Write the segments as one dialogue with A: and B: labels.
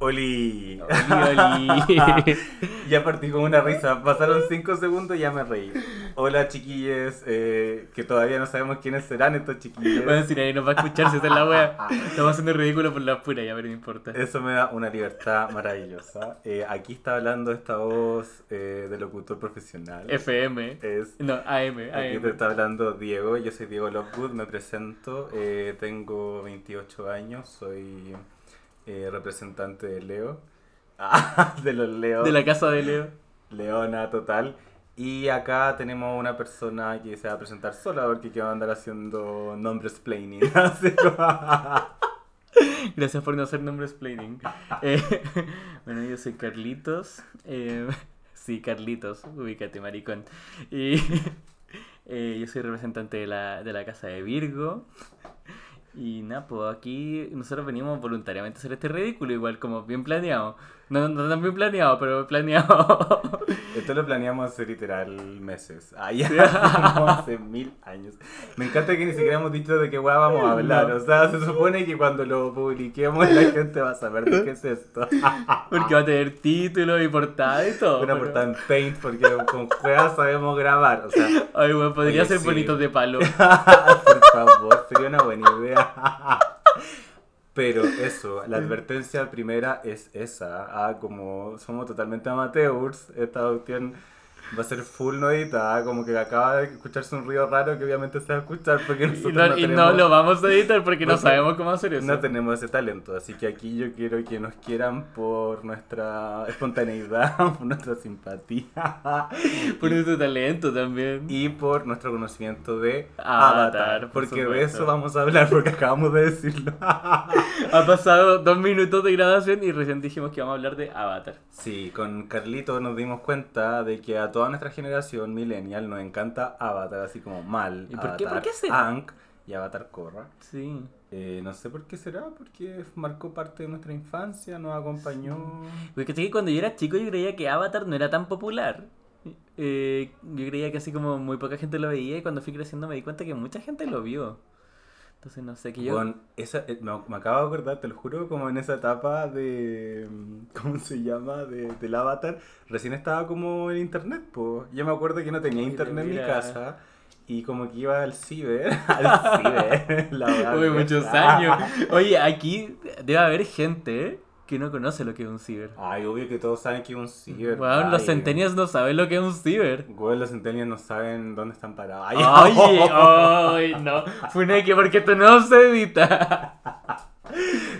A: Oli.
B: Oli, oli.
A: ya partí con una risa. Pasaron 5 segundos y ya me reí. Hola, chiquillos. eh, que todavía no sabemos quiénes serán estos chiquillos.
B: Bueno, si nadie nos va a escuchar, si esa es la wea. Estamos haciendo ridículo por la pura, ya, pero no importa.
A: Eso me da una libertad maravillosa. Eh, aquí está hablando esta voz eh, de locutor profesional.
B: FM.
A: Es
B: No, AM,
A: Aquí te
B: AM.
A: está hablando Diego, yo soy Diego Lovegood, me presento, eh, tengo 28 años, soy eh, representante de Leo, Ah, de los Leo,
B: De la casa de Leo.
A: Leona total, y acá tenemos una persona que se va a presentar sola porque que va a andar haciendo nombres planning, así como-
B: Gracias por no hacer nombres planning. Eh, bueno, yo soy Carlitos. eh, sí, Carlitos, ubícate, maricón. Y eh, yo soy representante de la, de la casa de Virgo. Y nada, pues aquí nosotros venimos voluntariamente a hacer este ridículo, igual como bien planeado. No, no tan bien planeado, pero planeado.
A: Esto lo planeamos hace literal meses, allá como hace mil años. Me encanta que ni siquiera hemos dicho de qué weá vamos a hablar,
B: No.
A: o sea, se supone que cuando lo publiquemos la gente va a saber de qué es esto.
B: Porque va a tener título y portada y todo.
A: Una
B: pero-
A: portada en Paint porque con juegas sabemos grabar, o sea,
B: Ay, bueno, podría
A: Oye,
B: ser
A: sí.
B: bonitos de palo.
A: por favor, sería una buena idea. Pero eso,
B: Mm.
A: la advertencia primera es esa. Ah, como somos totalmente amateurs, esta cuestión va a ser full no editada, como que acaba de escucharse un ruido raro que obviamente se va a escuchar porque
B: Y
A: nosotros
B: no,
A: no,
B: y no
A: tenemos,
B: lo vamos a editar porque no
A: Porque
B: sabemos cómo hacer eso.
A: no tenemos ese talento. Así que aquí yo quiero que nos quieran por nuestra espontaneidad, por nuestra simpatía.
B: Por nuestro talento también.
A: y por nuestro conocimiento de
B: Avatar,
A: Avatar.
B: por
A: porque de
B: supuesto.
A: eso vamos a hablar, porque acabamos de decirlo.
B: Ha pasado dos minutos de grabación y recién dijimos que vamos a hablar de Avatar.
A: sí, con Carlito nos dimos cuenta de que a toda nuestra generación millennial nos encanta Avatar, así como mal.
B: ¿Y por qué-
A: Avatar,
B: por qué será?
A: Aang y Avatar Korra.
B: Sí.
A: Eh, no sé por qué será, porque marcó parte de nuestra infancia, nos acompañó.
B: Porque que cuando yo era chico yo creía que Avatar no era tan popular. Eh, yo creía que así como muy poca gente lo veía y cuando fui creciendo me di cuenta que mucha gente lo vio. Entonces no sé, que yo...
A: Con esa, eh, me, me acabo de acordar, te lo juro, como en esa etapa de. mm, ¿Cómo se llama? De, del Avatar. Recién estaba como el internet, pues. Yo me acuerdo que no tenía
B: Mira,
A: internet en mi
B: mira.
A: casa. Y como que iba al ciber. Al ciber. la Ah. verdad,
B: Uy,
A: vieja.
B: muchos años. Oye, aquí debe haber gente que no conoce lo que es un ciber.
A: Ay, obvio que todos saben que es un ciber.
B: Weón, los
A: ay.
B: centenias no saben lo que es un ciber.
A: Weón, los centenias no saben dónde están parados. Ay,
B: Oye, ay, no. Funeki, porque esto no se edita.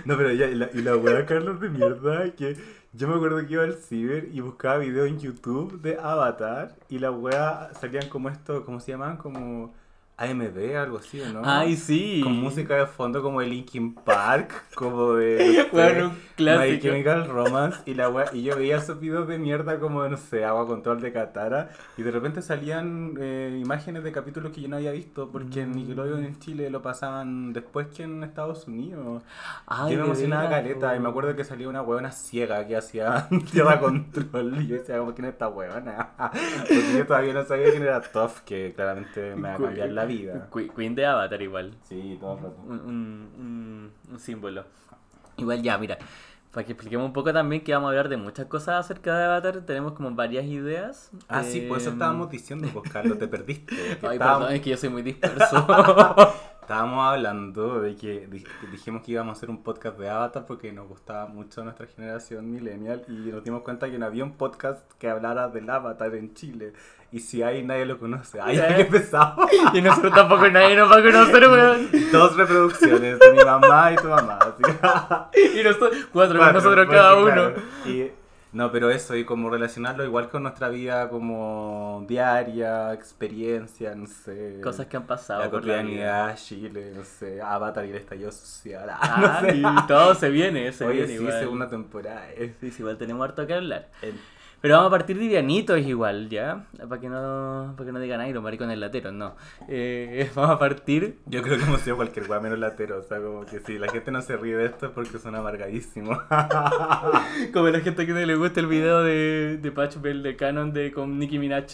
A: No, pero ya, y la, y la weá, Carlos, de mierda, que yo me acuerdo que iba al ciber y buscaba videos en YouTube de Avatar y la weá salían como esto, ¿cómo se llamaban? Como AMD, algo así, ¿o no?
B: Ay, sí.
A: Con música de fondo como de Linkin Park, como de... no sé,
B: Bueno, un
A: My
B: clásico.
A: Chemical Romance y la weá, y yo veía esos videos de mierda como, no sé, agua control de Katara y de repente salían eh, imágenes de capítulos que yo no había visto porque en
B: Mm.
A: Nickelodeon en Chile lo pasaban después que en Estados Unidos.
B: Ay,
A: yo me
B: de
A: emocionaba
B: veras,
A: caleta y me acuerdo que salía una huevona ciega que hacía tierra control y yo decía, ¿cómo quién es esta huevona? Porque yo todavía no sabía quién era Toff, que claramente me va a cambiar la vida.
B: Que- Queen de Avatar igual.
A: Sí, todo el rato.
B: Un, un- un- un símbolo. Igual ya, mira. Para que expliquemos un poco también que vamos a hablar de muchas cosas acerca de Avatar. Tenemos como varias ideas.
A: Ah, sí, por eso
B: Em,
A: estábamos diciendo, pues Carlos, te perdiste. que
B: Ay,
A: estábamos,
B: perdón, es que yo soy muy disperso.
A: estábamos hablando de que di- dijimos que íbamos a hacer un podcast de Avatar porque nos gustaba mucho nuestra generación millennial y nos dimos cuenta que no había un podcast que hablara del Avatar en Chile. Y si hay, nadie lo conoce. ¡Ay,
B: Ya.
A: qué pesado!
B: y nosotros tampoco nadie nos va a conocer, weón.
A: Dos reproducciones de mi mamá y tu mamá. así que-
B: Y nosotros, cuatro,
A: Cuatro,
B: nosotros
A: porque,
B: cada uno.
A: claro, y- no, pero eso, y como relacionarlo igual con nuestra vida como diaria, experiencia, no sé.
B: Cosas que han pasado.
A: La
B: por la vida.
A: cotidianidad, Chile, no sé, Avatar y el estallido social. ah, no
B: Ah,
A: sé.
B: y todo se viene, se
A: Oye,
B: viene
A: sí,
B: igual.
A: segunda temporada. eh.
B: Sí, sí, igual tenemos harto que hablar.
A: El-
B: Pero vamos a partir de Vianitos igual, ¿ya? Para que no, para que no digan, ay, lo maricón el latero, no. Eh, vamos a partir.
A: Yo creo que hemos sido cualquier weá menos latero. O sea, como que si la gente no se ríe de esto es porque son amargadísimos.
B: Como la gente que no le gusta el video de, de Patch Bell de Canon de con Nicki Minaj.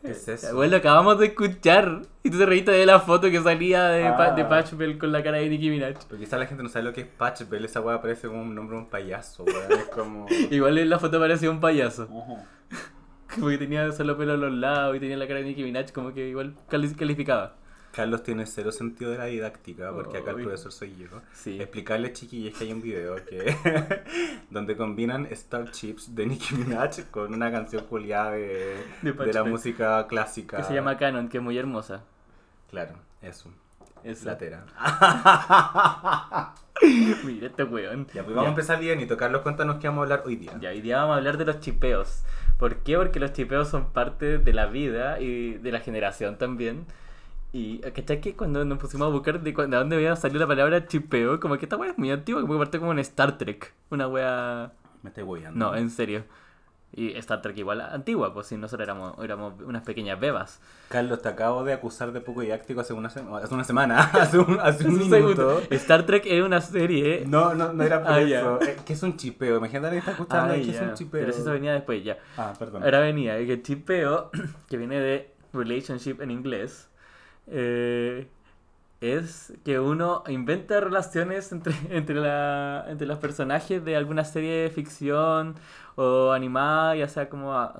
A: ¿Qué es eso?
B: Bueno, lo acabamos de escuchar. Y tú te reíste de la foto que salía de, Pa-
A: Ah.
B: de Patch Bell con la cara de Nicki Minaj.
A: Porque quizá la gente no sabe lo que es Patch Bell, esa weá parece como un nombre de un payaso, weón. Es como.
B: Igual en la foto parecía un payaso. Como que tenía solo pelo a los lados y tenía la cara de Nicki Minaj, como que igual cali- calificaba.
A: Carlos tiene cero sentido de la didáctica, porque acá el
B: Uy.
A: profesor soy yo.
B: Sí.
A: Explicarle, chiquillos, que hay un video que donde combinan Star Chips de Nicki Minaj con una canción culiada de,
B: De
A: de
B: Patch
A: la
B: Bell.
A: música clásica.
B: Que se llama Canon, que es muy hermosa.
A: Claro, eso.
B: Es
A: Latera.
B: Mira este weón.
A: Ya, pues vamos a empezar bien y tocarlos cuéntanos qué vamos a hablar hoy día.
B: Ya, hoy día vamos a hablar de los chipeos. ¿Por qué? Porque los chipeos son parte de la vida y de la generación también. Y, ¿cachai? Que cuando nos pusimos a buscar de, cuándo- de dónde había salido la palabra chipeo, como que esta weá es muy antigua, como que partió como en Star Trek. Una weá.
A: Me estoy hueando.
B: No, eh. en serio. Y Star Trek igual antigua, pues si nosotros éramos, éramos unas pequeñas bebas.
A: Carlos, te acabo de acusar de poco didáctico hace una, sema- hace una semana, hace un, hace un
B: Hace un
A: minuto.
B: segundo. Star Trek era una serie.
A: No, no, no era por
B: Ah, ya.
A: eso. Eh, ¿Qué es un chipeo? Imagínate que está escuchando
B: Ay,
A: que es
B: Ah, ya.
A: un chipeo.
B: Pero eso venía después, ya.
A: Ah, perdón.
B: Ahora venía, eh, que chipeo, que viene de relationship en inglés, eh, es que uno inventa relaciones entre, entre, la, entre los personajes de alguna serie de ficción o animada, ya sea como... a-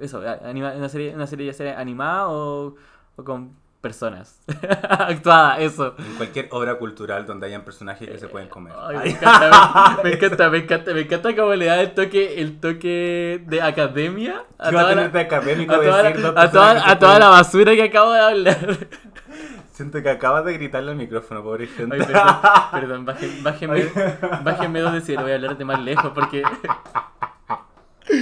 B: Eso, a- anima- una, serie, una serie ya sea animada o, o con personas. Actuada, eso.
A: En cualquier obra cultural donde hayan personajes que se pueden comer.
B: Ay, me,
A: Ay.
B: encanta, me, me encanta, me encanta, me encanta cómo le da el toque, el toque de academia a
A: ¿Qué va a
B: toda la-
A: tener de académico
B: a toda,
A: decir dos
B: a,
A: personas que
B: toda,
A: se
B: a toda la
A: pueden-
B: basura que acabo de hablar.
A: Siento que acabas de gritarle al micrófono, pobre gente.
B: Ay, perdón, perdón baje- bájeme, bájeme dos decibeles, voy a hablar de más lejos porque...
A: ¿Qué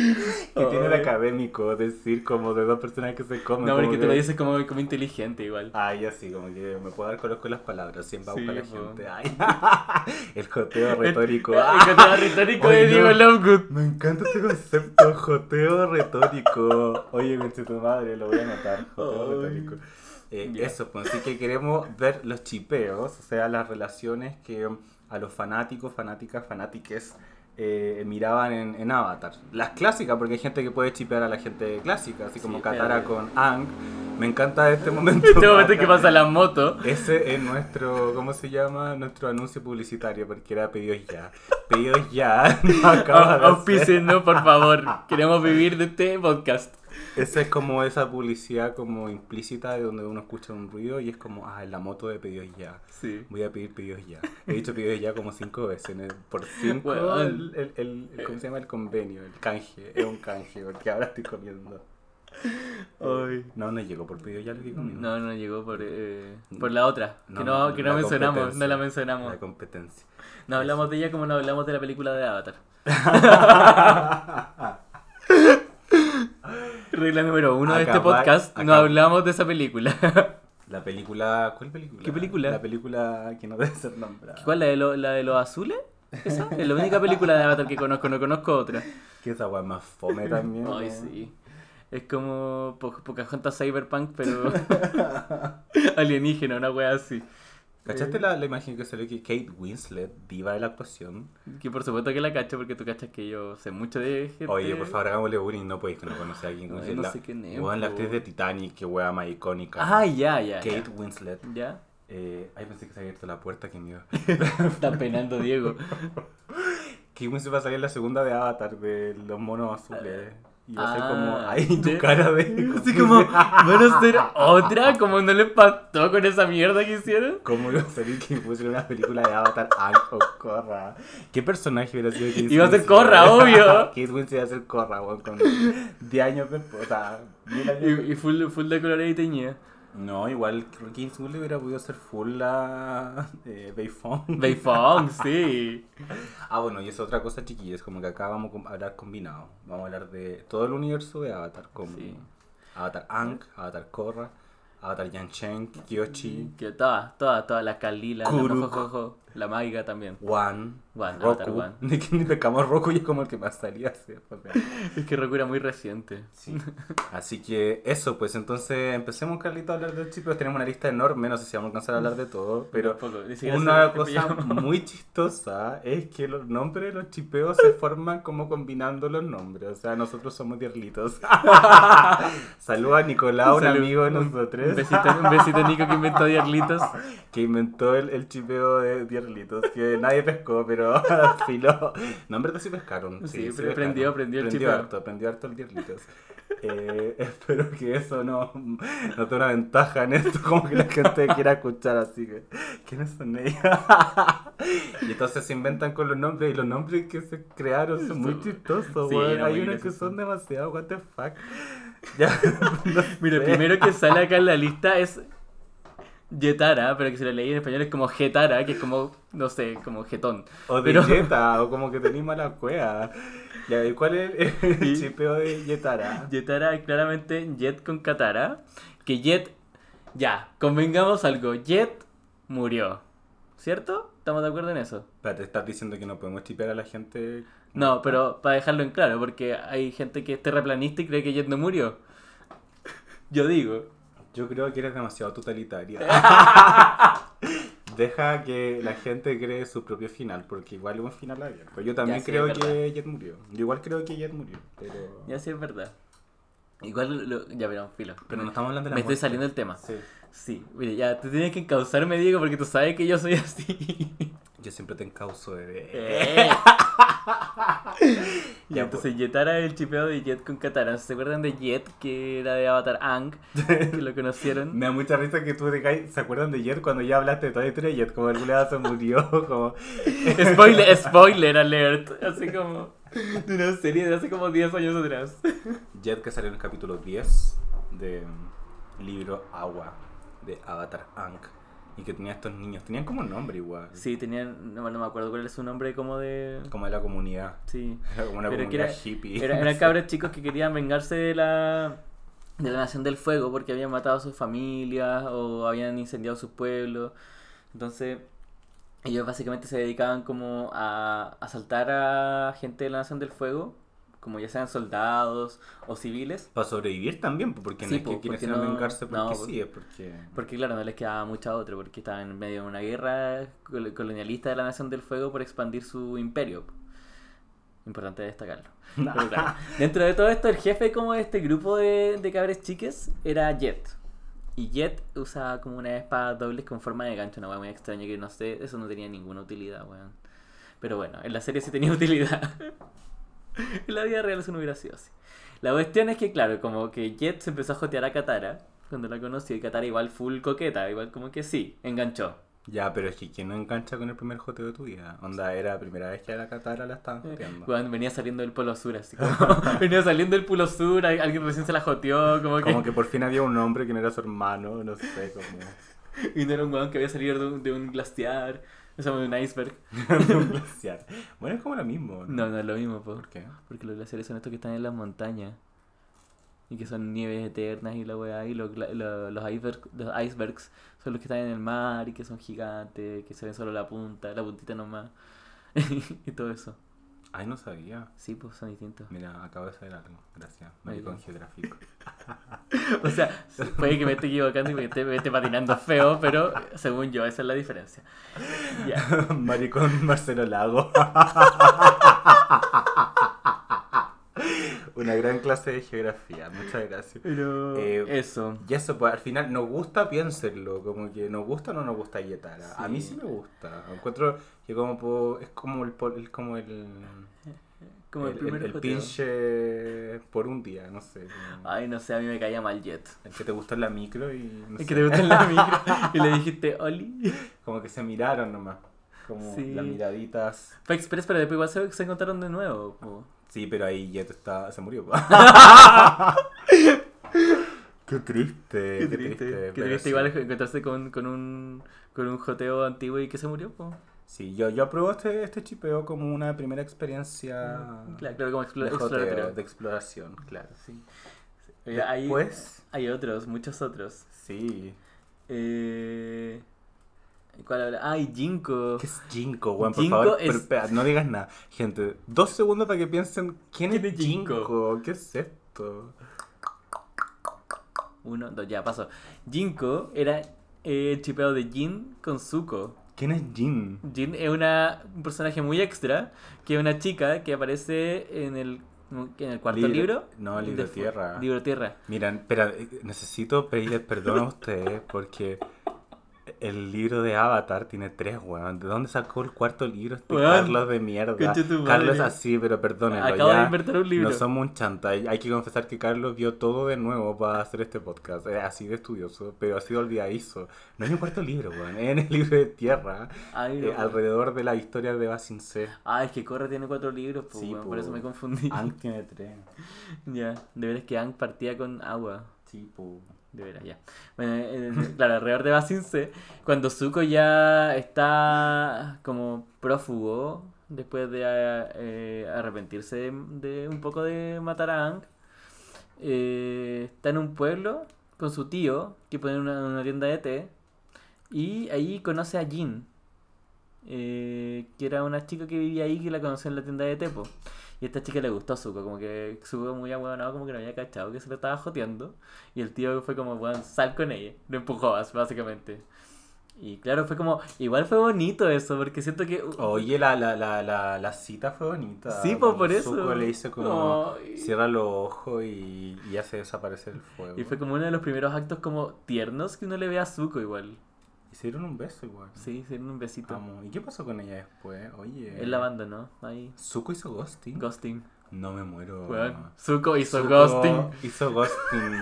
A: tiene de
B: Ay.
A: académico decir como de dos personas que se comen?
B: No,
A: Como
B: porque tú
A: que- Ah.
B: lo dices como, como inteligente igual.
A: Ay, así, como que me puedo dar color con las palabras, siempre va a
B: Sí,
A: buscar la
B: po.
A: gente. Ay, el joteo retórico.
B: El,
A: Ah,
B: el conteo retórico de
A: Ay, no.
B: Diego Lovegood.
A: me encanta este concepto, joteo retórico. Oye, conche tu madre, lo voy a anotar, joteo
B: Ay.
A: retórico. Eh,
B: Ya.
A: Eso, pues así que queremos ver los chipeos, o sea, las relaciones que um, a los fanáticos, fanáticas, fanátiques eh, miraban en, en Avatar. Las clásicas, porque hay gente que puede chipear a la gente clásica, así como
B: Sí,
A: Katara
B: pero-
A: con Ang. Me encanta este momento.
B: Este momento
A: Acá.
B: que pasa la moto.
A: Ese es nuestro, ¿cómo se llama? Nuestro anuncio publicitario, porque era pedidos ya. Pedidos ya, no acaba de hacer.
B: Auspicien, no, por favor. Queremos vivir de este podcast.
A: Esa es como esa publicidad como implícita de donde uno escucha un ruido y es como, ah, en la moto de pedidos ya.
B: Sí.
A: Voy a pedir pedidos ya. He dicho pedidos ya como cinco veces. en el- por cinco,
B: Weón.
A: el, el- el- el- ¿cómo se llama? El convenio, el canje. Es un canje, porque ahora estoy comiendo.
B: Ay.
A: No, no llegó por pedidos ya, le digo. amigo.
B: No, no llegó por, eh, por la otra. que
A: No,
B: no, que no
A: la
B: mencionamos, no la
A: competencia.
B: mencionamos.
A: La competencia.
B: No hablamos de ella como no hablamos de la película de Avatar. Regla número uno de este
A: Acabar-
B: podcast, no
A: acabar.
B: hablamos de esa película.
A: La película. ¿Cuál película?
B: ¿Qué película?
A: La película que no debe ser nombrada.
B: ¿Cuál? ¿La de, lo- la de los azules? Esa es la única película de Avatar que conozco, no conozco otra.
A: Que esa weá es más fome también.
B: Ay,
A: ¿no?
B: sí. Es como Po- Pocahontas Cyberpunk, pero alienígena, una wea así.
A: ¿Cachaste la, la imagen que salió que Kate Winslet, diva de la actuación?
B: Que por supuesto que la cacho porque tú cachas que yo sé mucho de gente.
A: Oye, por favor, hagámosle bullying. No podéis que no conoce a alguien.
B: No,
A: Winslet,
B: no
A: la-
B: sé quién es,
A: Weón, la
B: po.
A: actriz de Titanic, qué weá más icónica.
B: Ah, ya, ya.
A: Kate
B: ya.
A: Winslet.
B: ¿Ya?
A: Eh, ay, pensé que se había abierto la puerta, qué miedo.
B: Está penando Diego.
A: Kate Winslet va a salir en la segunda de Avatar de los monos azules. Y va a ser
B: Ah,
A: como, ay, tu
B: de-
A: cara de.
B: Así como, ¿van a hacer otra? Como no les pasó con esa mierda que hicieron.
A: ¿Cómo iba a salir que pusiera una película de Avatar Ang o Corra? ¿Qué personaje hubiera sido Kate
B: Iba a ser
A: Winslet?
B: Korra, obvio.
A: Kate Winslet iba a ser Corra, weón, con 10 años después. O sea, mil años después.
B: Y, y full, full de colores y teñida.
A: No, igual creo que Kate Winslet hubiera podido ser full la eh, Beifong.
B: Beifong, sí.
A: Ah, bueno, y es otra cosa, chiquillos, como que acá vamos a hablar combinado. Vamos a hablar de todo el universo de Avatar, como
B: Sí.
A: Avatar Ang, Avatar Korra, Avatar Yancheng, Kyoshi.
B: Que todas, todas, todas. La Kalila,
A: Kuruk.
B: la Mojojojo. La Maiga también.
A: Wan,
B: Wan, Avatar
A: Roku.
B: Wan.
A: Ni que ni tengamos Roku y es como el que más salía. ¿sí? O sea,
B: Es que Roku era muy reciente.
A: sí. Así que eso, pues entonces empecemos, Carlito, a hablar de los chicos. Tenemos una lista enorme, no sé si vamos a alcanzar a hablar de todo, pero
B: Tampoco, ni siquiera
A: Una
B: sé qué
A: cosa
B: pillamos.
A: muy chistosa es que los nombres de los chipeos se forman como combinando los nombres. O sea, nosotros somos dierlitos. Saluda a Nicolau, un
B: Salud.
A: amigo de
B: Un
A: nosotros,
B: besito, un besito a Nico que inventó a Diarlitos.
A: que inventó el, el chipeo de dierlitos, que nadie pescó, pero filo. Nombres que sí pescaron.
B: Sí, pero prendió, prendió el chipeo.
A: harto, prendió harto el dierlitos. Eh, espero que eso no, no tenga una ventaja en esto, como que la gente quiera escuchar, así que... ¿Quiénes son ellas? y entonces se inventan con los nombres y los nombres que se crearon son muy
B: Sí,
A: chistosos,
B: sí,
A: weón.
B: era
A: Hay
B: muy
A: unos que
B: gracioso.
A: son demasiado, what the fuck. Ya, no
B: Mira, el
A: sé.
B: primero que sale acá en la lista es Yetara, pero que si lo leí en español es como Getara, que es como, no sé, como jetón.
A: O de
B: pero-
A: Yeta, o como que tenís mala cueva. Ya, ¿y cuál es el, el
B: Sí.
A: chipeo de Yetara?
B: Yetara, claramente Jet con Katara. Que Jet, ya, convengamos algo. Jet murió, ¿cierto? ¿Estamos de acuerdo en eso?
A: Espérate, estás diciendo que no podemos chipear a la gente.
B: No, pero para dejarlo en claro, porque hay gente que es terraplanista y cree que Jet no murió. Yo digo.
A: Yo creo que eres demasiado totalitaria. Deja que la gente cree su propio final, porque igual es un final abierto. Yo también
B: Ya, sí,
A: creo
B: es
A: que Jet murió. Yo igual creo que Jet murió, pero...
B: Ya sí es verdad. Igual lo- ya vieron, filo.
A: Pero no estamos hablando de la
B: Me estoy
A: muerte.
B: saliendo del tema.
A: Sí.
B: Sí, mira, ya, tú tienes que encauzarme, Diego, porque tú sabes que yo soy así.
A: Yo siempre te encauzo, bebé. Ya,
B: Y Eh,
A: pues,
B: entonces Yetara es pues, el chipeo de Jet con Katara. ¿Se acuerdan de Jet, que era de Avatar Ang? Que lo conocieron.
A: Me da mucha risa que tú digas, ¿se acuerdan de Jet cuando ya hablaste de Toy Story? Jet como el culiado se murió, como...
B: spoiler, spoiler alert. Así como de una serie de hace como 10 años atrás.
A: Jet que salió en el capítulo 10 de mm, libro Agua de Avatar Aang y que tenía estos niños, tenían como nombre igual,
B: Sí, tenían, no, no me acuerdo cuál era su nombre como de...
A: como de la comunidad,
B: Sí.
A: era como una
B: Pero que
A: comunidad
B: era-
A: hippie.
B: Era, eran cabros chicos que querían vengarse de la de la Nación del Fuego porque habían matado a sus familias o habían incendiado sus pueblos. Entonces, ellos básicamente se dedicaban como a asaltar a gente de la Nación del Fuego, como ya sean soldados o civiles,
A: Para sobrevivir también, porque
B: Sí,
A: no es que
B: po,
A: quieran
B: porque
A: quieran
B: no-
A: vengarse porque
B: no, po-
A: sí, es porque...
B: porque claro, no les quedaba mucha otra porque estaban en medio de una guerra col- colonialista de la Nación del Fuego por expandir su imperio. Importante destacarlo. Pero claro, dentro de todo esto, el jefe como de este grupo de, de cabres chiques era Jet. Y Jet usaba como una espada doble con forma de gancho, una weá muy extraña que no sé, eso no tenía ninguna utilidad, weón. Pero bueno, en la serie sí tenía utilidad. en la vida real eso no hubiera sido así. La cuestión es que, claro, como que Jet se empezó a jotear a Katara cuando la conoció y Katara igual full coqueta, igual como que sí, enganchó.
A: Ya, pero es que ¿quién no engancha con el primer joteo de tu vida? Onda, era la primera vez que a la Katara la estaban joteando.
B: Weón, venía saliendo del Polo Sur, así como. venía saliendo del Polo Sur, al- alguien recién se la joteó, como que.
A: Como que por fin había un hombre que no era su hermano, no sé, como...
B: Y no era un weón que había salido de un, de un glaciar, o sea, de un iceberg.
A: de un glaciar. Bueno, es como lo mismo.
B: No, no es lo mismo, po.
A: ¿Por qué?
B: Porque los glaciares son estos que están en las montañas. Y que son nieves eternas y la weá. Y los, gla- lo- los, iceberg- los icebergs son los que están en el mar y que son gigantes, que se ven solo la punta, la puntita nomás. y todo eso.
A: Ay, no sabía.
B: Sí, pues son distintos.
A: Mira, acabo de saber algo. Gracias.
B: Ahí
A: Maricón
B: va.
A: geográfico.
B: O sea, puede que me esté equivocando y me esté, me esté patinando feo, pero según yo, esa es la diferencia. Ya.
A: Maricón Marcelo Lago. Una gran clase de geografía. Muchas gracias.
B: Pero.
A: Eh,
B: eso.
A: Y eso, pues al final, nos gusta, piénsenlo. Como que nos gusta o no nos gusta Yetara. A mí
B: Sí.
A: sí me gusta. Encuentro que como po- es como el, pol- es como el,
B: Como el, primer
A: el
B: joteo.
A: pinche por un día, no sé. como
B: Ay, no sé, a mí me caía mal Jet.
A: El que te gusta en la micro y no
B: Es
A: sé.
B: que te gusta en la micro y le dijiste, Oli.
A: Como que se miraron nomás. Como
B: Sí.
A: las miraditas.
B: Fue express, pero después igual se, se encontraron de nuevo. po.
A: Sí, pero ahí Jet está... se murió. po. qué triste, qué, triste.
B: Qué
A: pero
B: triste
A: sí.
B: igual encontrarse con, con, un, con un joteo antiguo y que se murió. po.
A: Sí, yo, yo apruebo este, este chipeo como una primera experiencia
B: Mm, Claro, claro, como
A: Ah. de,
B: explo-
A: joteo,
B: exploratorio.
A: de exploración, claro.
B: Sí. Oye, hay-
A: Después,
B: hay otros, muchos otros.
A: sí.
B: Eh, ¿Cuál habla? ¡Ay, Jinko!
A: ¿Qué es Jinko, weón? Por
B: Jinko
A: favor,
B: es-
A: pero espera, no digas nada. Gente, dos segundos para que piensen quién,
B: ¿Quién
A: es
B: es Jinko?
A: Jinko. ¿Qué es esto?
B: Uno, dos, ya pasó. Jinko era eh, el chipeado de Jin con Zuko.
A: ¿Quién es Jin?
B: Jin es una, un personaje muy extra, que es una chica que aparece en el, en el cuarto
A: Libro-
B: libro.
A: no, Libro
B: de-
A: Tierra.
B: Libro Tierra.
A: Miran, espera, eh, necesito pedirles perdón a ustedes porque el libro de Avatar tiene tres, weón. ¿De dónde sacó el cuarto libro este
B: Weón,
A: Carlos de mierda?
B: conche tu madre.
A: Carlos así, pero perdónenlo.
B: Acabo
A: ya
B: de inventar un libro.
A: No somos un chanta. Hay que confesar que Carlos vio todo de nuevo para hacer este podcast. Es así de estudioso, pero ha sido olvidadizo. No es un cuarto libro, weón. Es en el libro de tierra,
B: Ay,
A: eh,
B: no.
A: alrededor de la historia de Basin C.
B: Ah, es que Corra tiene cuatro libros, pues,
A: Sí,
B: weón,
A: po.
B: por eso me confundí.
A: Ang tiene tres.
B: Ya, de veras que Ang partía con agua.
A: Tipo.
B: De veras, ya. Bueno, eh, eh, claro, alrededor de Basin C, cuando Zuko ya está como prófugo, después de eh, arrepentirse de, de un poco de matar a Ang, eh, está en un pueblo con su tío, que pone una, una tienda de té, y ahí conoce a Jin, eh, que era una chica que vivía ahí que la conoció en la tienda de Tepo. Y a esta chica le gustó a Zuko, como que Zuko muy ahueonado, como que no había cachado que se lo estaba joteando. Y el tío fue como, weón, sal con ella. Lo empujó, básicamente. Y claro, fue como, igual fue bonito eso, porque siento que. uh,
A: Oye, la, la, la, la, la cita fue bonita.
B: Sí, pues, por
A: Cuando
B: eso.
A: Zuko le dice como,
B: Ay.
A: cierra los ojos y, y hace desaparecer el fuego.
B: Y fue como uno de los primeros actos como tiernos que uno le ve a Zuko igual.
A: Hicieron un beso igual.
B: Sí, se dieron un besito.
A: Amo. ¿Y qué pasó con ella después? Oye.
B: Él la abandonó, ahí.
A: ¿Zuko hizo ghosting?
B: Ghosting.
A: no me muero.
B: Weón, Zuko hizo
A: Ah. Zuko
B: ghosting.
A: Hizo ghosting.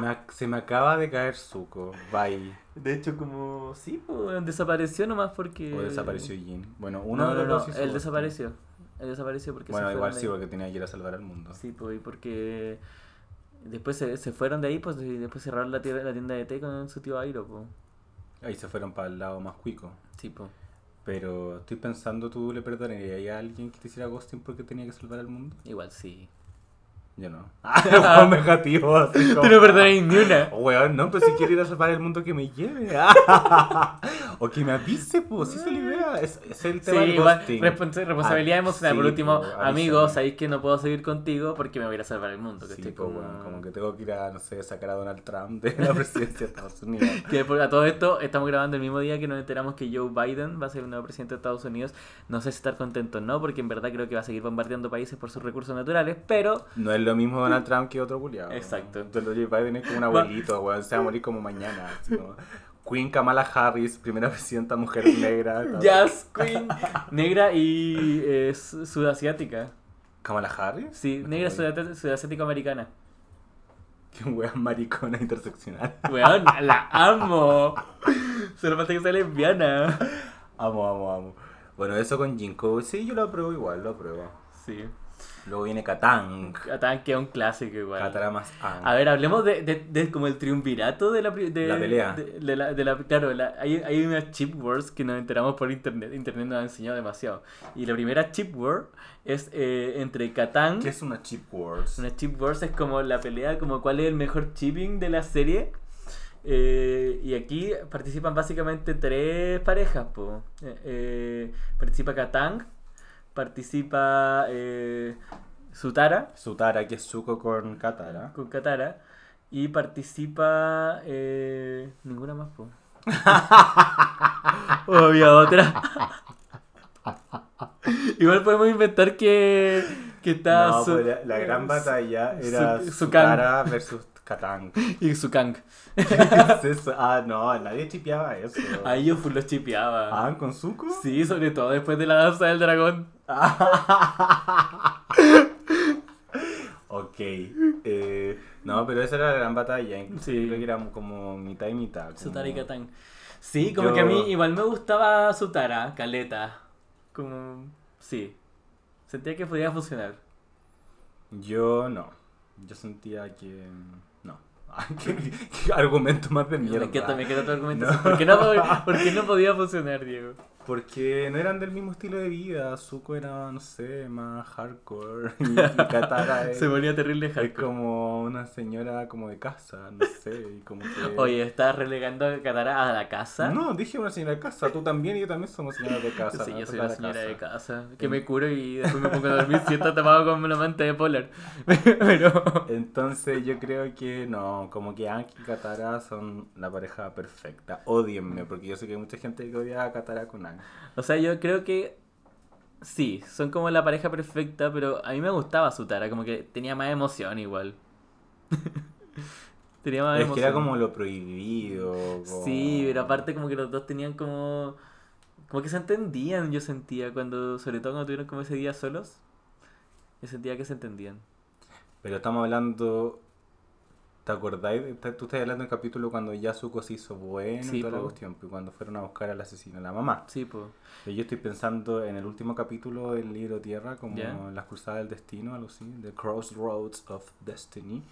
A: Me ac- se me acaba de caer Zuko. Bye.
B: De hecho, como. Sí, pues, weón, desapareció nomás porque.
A: O desapareció Jin. Bueno, uno
B: Eh, No,
A: de los
B: no, no,
A: dos hizo
B: él
A: ghosting.
B: desapareció. Él desapareció porque
A: Bueno,
B: se
A: igual
B: fueron
A: sí,
B: de
A: porque tenía que ir a salvar al mundo.
B: ahí. Sí, pues, y porque. Después se, se fueron de ahí, pues, y después cerraron la tienda, la tienda de té con su tío Airo, pues.
A: Ahí se fueron para el lado más cuico.
B: Sí, pues.
A: Pero estoy pensando, ¿tú le perdonarías a alguien que te hiciera ghosting porque tenía que salvar al mundo?
B: Igual sí.
A: Yo no. Ah, negativo. así
B: Tú
A: como-
B: no perdonáis ni una.
A: Oh, weón, no, pero si quiere ir a salvar el mundo que me lleve. o que me avise, pues, esa es la idea. Es, es el
B: Sí,
A: tema del
B: igual,
A: ghosting.
B: respons- responsabilidad
A: Ah,
B: emocional.
A: sí,
B: por último,
A: po,
B: amigos,
A: avísame.
B: sabéis que no puedo seguir contigo porque me voy a ir a salvar el mundo.
A: Sí,
B: ¿cachai?
A: po, weón, como que tengo que ir a, no sé, sacar a Donald Trump de la presidencia de Estados Unidos.
B: Que por- a todo esto estamos grabando el mismo día que nos enteramos que Joe Biden va a ser el nuevo presidente de Estados Unidos. No sé si estar contento o no, porque en verdad creo que va a seguir bombardeando países por sus recursos naturales, pero
A: No es lo mismo Donald Trump que otro culiado.
B: Exacto.
A: Te lo lleva Biden es como un abuelito, weón. Se va a morir como mañana. así como, Queen Kamala Harris, primera presidenta mujer negra. ¿no?
B: Jazz Queen negra y eh, su- sudasiática.
A: ¿Kamala Harris?
B: Sí, negra sudate- sudasiático-americana.
A: Qué weón maricona interseccional.
B: Weón, la amo. Solo falta que sea lesbiana.
A: Amo, amo, amo. Bueno, eso con Jinko. Sí, yo lo apruebo igual, lo apruebo.
B: Sí.
A: Luego viene Katang.
B: Catán queda un clásico igual.
A: Cataramas
B: A ver, hablemos de, de- de como el triunvirato de la, pri- de,
A: La pelea.
B: De, de la, de la- claro, la- hay, hay unas chip wars que nos enteramos por internet. Internet nos ha enseñado demasiado. Y la primera chip war es eh, entre Catán.
A: ¿Qué es una chip wars?
B: Una chip wars es como la pelea, como cuál es el mejor chipping de la serie. Eh, y aquí participan básicamente tres parejas. po. Eh, eh, participa Katang, participa eh, Sutara
A: Sutara, que es Zuko con Katara.
B: con Katara. Y participa. eh, ninguna más, po. o había otra. Igual podemos inventar que. Que está.
A: No,
B: Su-
A: pues la, la gran batalla era
B: Su- Sukan.
A: Sutara versus Katang.
B: Y su Kang.
A: ¿Qué es eso? Ah, no, nadie chipeaba eso.
B: Ahí yo full los chipeaba.
A: Ah, con Zuko.
B: Sí, sobre todo después de la danza del dragón.
A: Ok. eh, no, pero esa era la gran batalla. Incluso
B: Sí.
A: creo que era como mitad y mitad. como-
B: Sutara y Katang. Sí, como que a
A: Yo-
B: mí igual me gustaba Sutara, Caleta. Como. Sí. Sentía que podía funcionar.
A: Yo no. Yo sentía que. No. ¿Qué, qué argumento más de mierda.
B: Me encanta, me encanta tu argumento.
A: No.
B: ¿Por, qué no, po- por qué no podía funcionar, Diego?
A: Porque no eran del mismo estilo de vida. Zuko era, no sé, más hardcore. Y, y Katara es,
B: Se ponía terrible
A: Eh, es
B: hardcore.
A: como una señora como de casa, no sé. Y como que...
B: Oye, estás relegando a Katara a la casa.
A: No, dije una señora de casa. Tú también y yo también somos señoras de casa.
B: Sí,
A: ¿no?
B: yo soy
A: Tocar
B: la
A: la
B: señora
A: casa. Eh.
B: de casa. Que me curo y después me pongo a dormir si está tapado con la manta de polar. Pero.
A: Entonces yo creo que no, como que Anki y Katara son la pareja perfecta. Odienme, porque yo sé que hay mucha gente que odia a Katara con Anki.
B: O sea, yo creo que. Sí, son como la pareja perfecta, pero a mí me gustaba su tara, como que tenía más emoción igual. tenía más
A: Es
B: emoción.
A: que era como lo prohibido. como-
B: Ah, Sí, pero aparte como que los dos tenían como... Como que se entendían, yo sentía, cuando sobre todo cuando tuvieron como ese día solos. Yo sentía que se entendían.
A: Pero estamos hablando. ¿Te acordáis? Está- Tú estás hablando del capítulo cuando Yasuko se hizo bueno
B: Sí,
A: y toda la
B: po.
A: cuestión, pues, cuando fueron a buscar al asesino, a la mamá.
B: Sí, po.
A: Pero yo estoy pensando en el último capítulo del libro Tierra, como
B: Ya.
A: Las Cruzadas del Destino, algo así, The Crossroads of Destiny.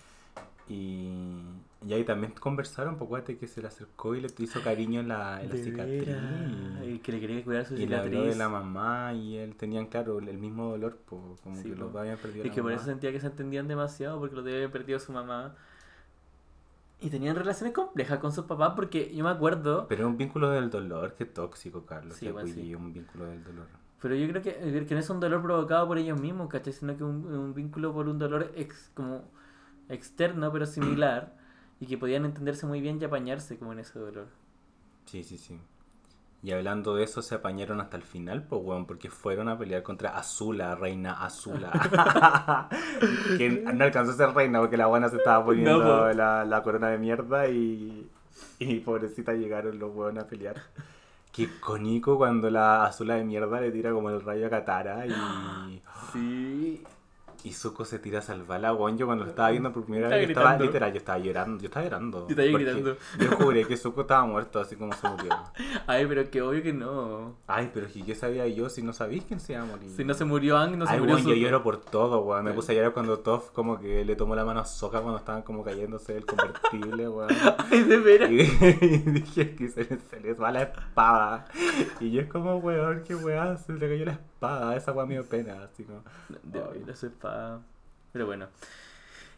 A: Y, y ahí también conversaron, un poco que se le acercó y le hizo cariño en la, en la
B: De
A: cicatriz.
B: veras. Y que le quería cuidar su
A: Y le habló de
B: cicatriz.
A: la mamá y él tenían, claro, el mismo dolor, po, como
B: Sí,
A: que
B: po.
A: los dos habían perdido
B: Y
A: la
B: que por
A: mamá.
B: eso sentía que se entendían demasiado, porque lo había perdido su mamá. Y tenían relaciones complejas con sus papás, porque yo me acuerdo,
A: Pero es un vínculo del dolor, qué tóxico, Carlos.
B: Sí,
A: que
B: igual sí.
A: apoyé un vínculo del dolor.
B: pero yo creo que, que no es un dolor provocado por ellos mismos, ¿cachai? Sino que un, un vínculo por un dolor ex, como externo, pero similar, y que podían entenderse muy bien y apañarse como en ese dolor.
A: Sí, sí, sí. Y hablando de eso, se apañaron hasta el final, pues, weón, porque fueron a pelear contra Azula, reina Azula. que no alcanzó a ser reina porque la buena se estaba poniendo
B: No, po.
A: la, la corona de mierda y, y pobrecita llegaron los weones a pelear. Qué icónico cuando la Azula de mierda le tira como el rayo a Katara y...
B: Sí.
A: Y Zuko se tira a salvar a Gon. Yo cuando lo estaba viendo por primera vez, yo
B: Estaba
A: estaba
B: gritando.
A: literal, yo estaba llorando. Yo estaba llorando.
B: Yo estaba
A: porque
B: gritando.
A: Yo juré que Zuko estaba muerto, así como se murió.
B: Ay, pero que obvio que no.
A: Ay, pero si yo sabía yo, si no sabéis quién se iba a morir.
B: Si no se murió Ang, no se
A: Ay,
B: murió
A: weón, yo
B: Zuko.
A: lloro por todo, weón. Me
B: Sí.
A: puse a llorar cuando Toph como que le tomó la mano a Sokka cuando estaban como cayéndose del convertible, weón.
B: Ay, de veras.
A: Y, y dije que se, le- se les va la espada. Y yo es como, weón, qué weón, se le cayó la espada. Esa weón me dio pena, así como...
B: De
A: Ay.
B: la espada. Pero bueno.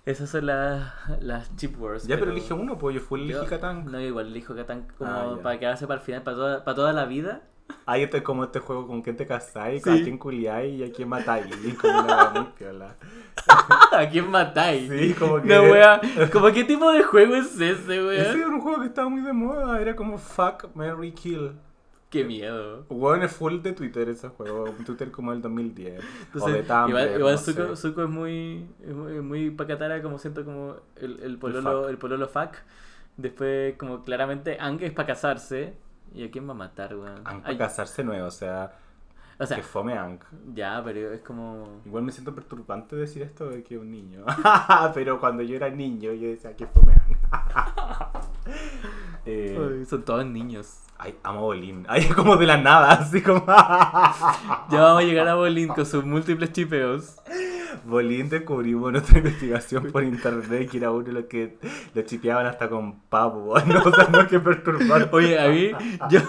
B: Esas son las, las chip wars.
A: Ya, pero elige uno, pues yo fui el
B: Yo-
A: Hikatán.
B: No, igual elijo Catán como
A: Ah, ya.
B: para quedarse para el final, para toda, para toda la vida.
A: Ahí estoy como este juego con quién te casáis,
B: Sí.
A: con a quién culiáis y a quién matáis. Y como una weá muy piola.
B: ¿A quién matáis?
A: Sí, como que.
B: No, wea. Como qué tipo de juego es ese, wea.
A: Ese era un juego que estaba muy de moda, era como Fuck, Mary Kill.
B: Qué miedo.
A: Weón es full de Twitter ese juego, un Twitter como el 2010. o de
B: Entonces,
A: Tumblr,
B: igual, igual
A: no sé.
B: Zuko, Zuko es muy, es muy, es muy pacatara, como siento como el, el pololo,
A: fuck.
B: el, pololo fuck. Después, como claramente, Ang es para casarse. ¿Y a quién va a matar, weón?
A: Ang
B: Ay,
A: para casarse nuevo, o sea,
B: O sea,
A: que fome Ang.
B: ya, pero es como.
A: Igual me siento perturbante decir esto de que un niño. Pero cuando yo era niño, yo decía que fome Ang. Eh,
B: Ay, son todos niños.
A: Ay, amo a Bolín. Ay, es como de la nada, así como.
B: Ya vamos a llegar a Bolín con sus múltiples chipeos.
A: Bolín descubrimos en nuestra investigación por internet que era uno de los que lo chipeaban hasta con papo. No, o sea, no que perturbar.
B: Oye, a mí, yo.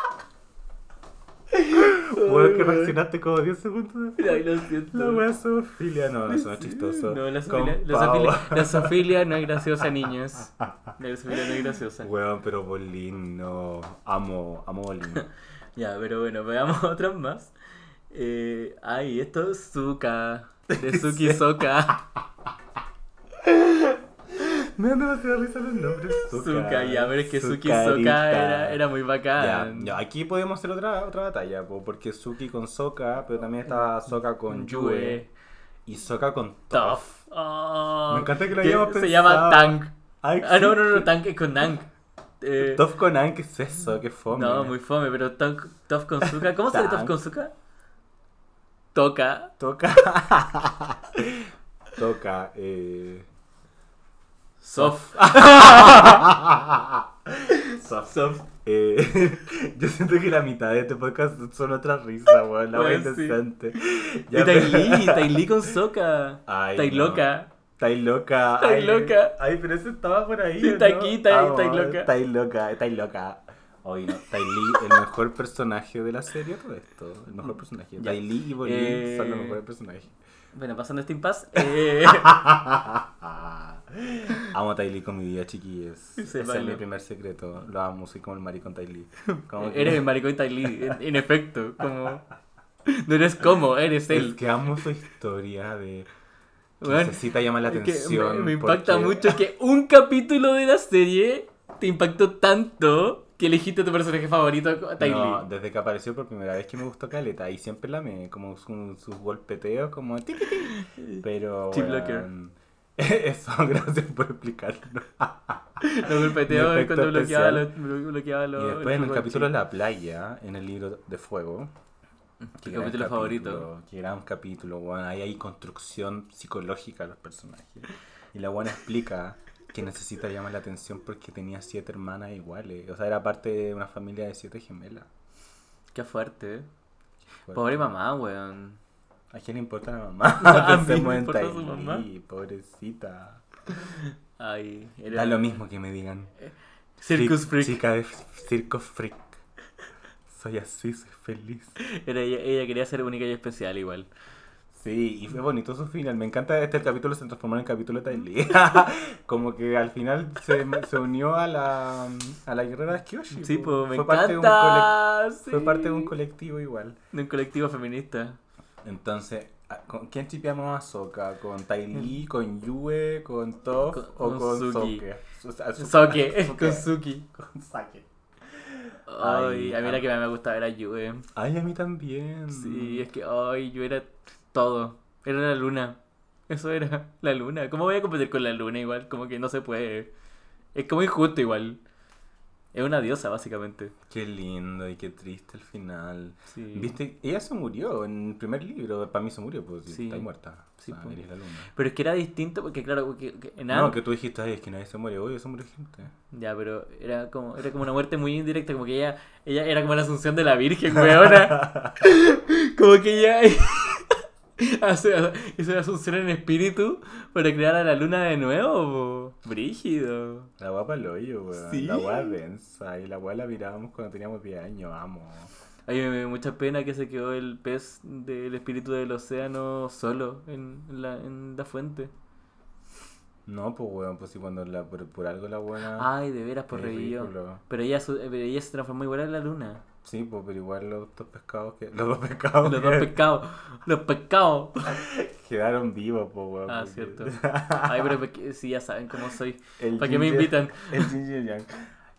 A: Weón, que reaccionaste como 10 segundos.
B: Ay, lo siento.
A: La wea zoofilia. No, eso no es chistoso.
B: No, la
A: Con
B: zoofilia, la,
A: pavo.
B: zoofilia- la zoofilia no es graciosa, niños. La zoofilia no es graciosa.
A: Weón, pero Bolín, no. Amo, amo Bolín.
B: Ya, pero bueno, veamos otras más. Eh, ay, esto es Zuka. De Suki Soka.
A: Me dan demasiada risa los nombres.
B: Zuka, ya, pero es que Suki Soka era, era muy
A: Ya,
B: bacán.
A: ya, aquí podemos hacer otra, otra batalla, po, porque Suki con Soka, pero también estaba Soka con Yue
B: Mm, Yue.
A: y Soka con
B: Tough.
A: Toph.
B: Oh,
A: Me encanta que lo
B: que
A: hayamos
B: Se
A: pensado.
B: llama Tank.
A: Ay,
B: Ah, no,
A: sí.
B: no, no, Tank es con Tank. Eh,
A: Toph con An, ¿qué es eso? ¿Qué fome?
B: No, muy fome, pero Tof Tof con Zuka. ¿Cómo se llama Tof
A: Tan.
B: con Zuka? Toca.
A: Toca. Toca. Eh...
B: Sof.
A: Soft.
B: Sof.
A: Eh, yo siento que la mitad de este podcast son otras risas, weón. La wea
B: Bueno, Pues sí.
A: interesante.
B: Y
A: Ya,
B: Taili, Taili con Soka.
A: Ay,
B: Tai
A: no.
B: loca.
A: Tai loca.
B: Tai
A: ay,
B: loca.
A: Ay, pero eso estaba por ahí.
B: Sí,
A: ¿o
B: está
A: no?
B: aquí, Tai- Tai
A: Vamos,
B: loca.
A: Tai loca, Tai loca. Oye, no, Ty Lee, el mejor personaje de la serie, todo esto. El mejor personaje.
B: Ya.
A: Ty Lee y Bolin
B: Eh,
A: son los mejores personajes.
B: Bueno, pasando este impasse, eh,
A: amo a Ty Lee con mi vida, chiquillos. Ese es
B: bailó.
A: mi primer secreto. Lo amo, soy como el maricón Ty Lee. Como que-
B: eres el maricón Ty Lee, en, en efecto, como... No eres como, eres
A: Es
B: él.
A: que amo su historia de. que
B: Weón,
A: necesita llamar la
B: es que me-
A: atención.
B: me, impacta
A: porque-
B: mucho que un capítulo de la serie te impactó tanto que elegiste a tu personaje favorito, a Ty
A: No,
B: Lee.
A: desde que apareció por primera vez que me gustó Caleta y siempre la amé, como su- sus golpeteos, como ti, ti, ti. Pero.
B: Team Blocker.
A: weón, Eso, gracias por explicarlo.
B: Lo golpeteaba
A: efecto
B: cuando bloqueaba los...
A: especial.
B: blo- bloqueaba los-
A: Y después en el
B: los
A: capítulo de
B: golpes.
A: la playa, en el libro de fuego. qué
B: Tu
A: gran
B: capítulo favorito.
A: Qué gran capítulo, weón. Ahí hay construcción psicológica de los personajes. Y la buena explica que necesita llamar la atención porque tenía siete hermanas iguales. O sea, era parte de una familia de siete gemelas.
B: Qué fuerte. eh.
A: Fue-
B: Pobre mamá, weón.
A: ¿A quién le importa la mamá?
B: A mí
A: Pensemos
B: me
A: en
B: importa su
A: Tahití,
B: mamá.
A: pobrecita.
B: Ay, era...
A: Da lo mismo que me digan.
B: Circus
A: Chic-
B: Freak.
A: Chica de Circo Freak. Soy así, soy feliz.
B: Era ella, ella quería ser única y especial igual.
A: Sí, y fue bonito su final. Me encanta este capítulo, se transformó en el capítulo de Ty Lee. Como que al final se, se unió a la, a la guerrera de Kyoshi.
B: Sí, pues me
A: fue parte de un colec-
B: encanta. sí.
A: Fue parte de un colectivo igual.
B: De un colectivo feminista.
A: Entonces, ¿a- ¿con quién chipeamos a Soka? ¿Con Ty Lee, con Yue, con Toph
B: Con-
A: o
B: Mm. con
A: con
B: Suki.
A: Soke? O sea, Su-
B: Soke,
A: Suke.
B: con Suki.
A: Con Sake.
B: Ay,
A: Ay, ah.
B: a mí la
A: am-
B: que más me gustaba era Yue.
A: Ay, a mí también.
B: Sí, es que ay, yo era todo. Era la luna. Eso era la luna. ¿Cómo voy a competir con la luna igual? Como que no se puede. Es como injusto igual. Es una diosa básicamente.
A: Qué lindo y qué triste el final.
B: Sí.
A: Viste, ella se murió en el primer libro. Para mí se murió, pues
B: Sí.
A: está muerta.
B: Sí,
A: Sí,
B: pues.
A: la luna.
B: Pero es que era distinto porque claro, que, que- en
A: No,
B: Anne-
A: que tú dijiste, ay, es que nadie se muere. Oye, se murió gente.
B: Ya, pero era como, era como una muerte muy indirecta, como que ella, ella era como la asunción de la Virgen, weona. como que ella hace, hizo la asunción en espíritu para crear a la luna de nuevo, po. brígido.
A: La guapa lo hoyo, weón.
B: Sí.
A: La guapa densa. Y la guapa la mirábamos cuando teníamos 10 años, amo.
B: A mí me dio mucha pena que se quedó el pez del espíritu del océano solo en la, en la fuente.
A: No, pues weón, pues si cuando la, por, por algo la buena.
B: Ay, de veras, por
A: Qué
B: Ah, pues, revivió.
A: ridículo.
B: Pero ella, su- eh, pero ella se transformó igual en la luna.
A: Sí, pues pero igual los dos pescados que. Los dos pescados
B: Los
A: que
B: dos pecados, los pecados.
A: quedaron vivos, pues weón.
B: Ah,
A: porque-
B: cierto. Ay, pero pa' que- sí, ya saben cómo soy.
A: El
B: ¿Para qué me
A: yin y-
B: invitan?
A: El yin y el yang.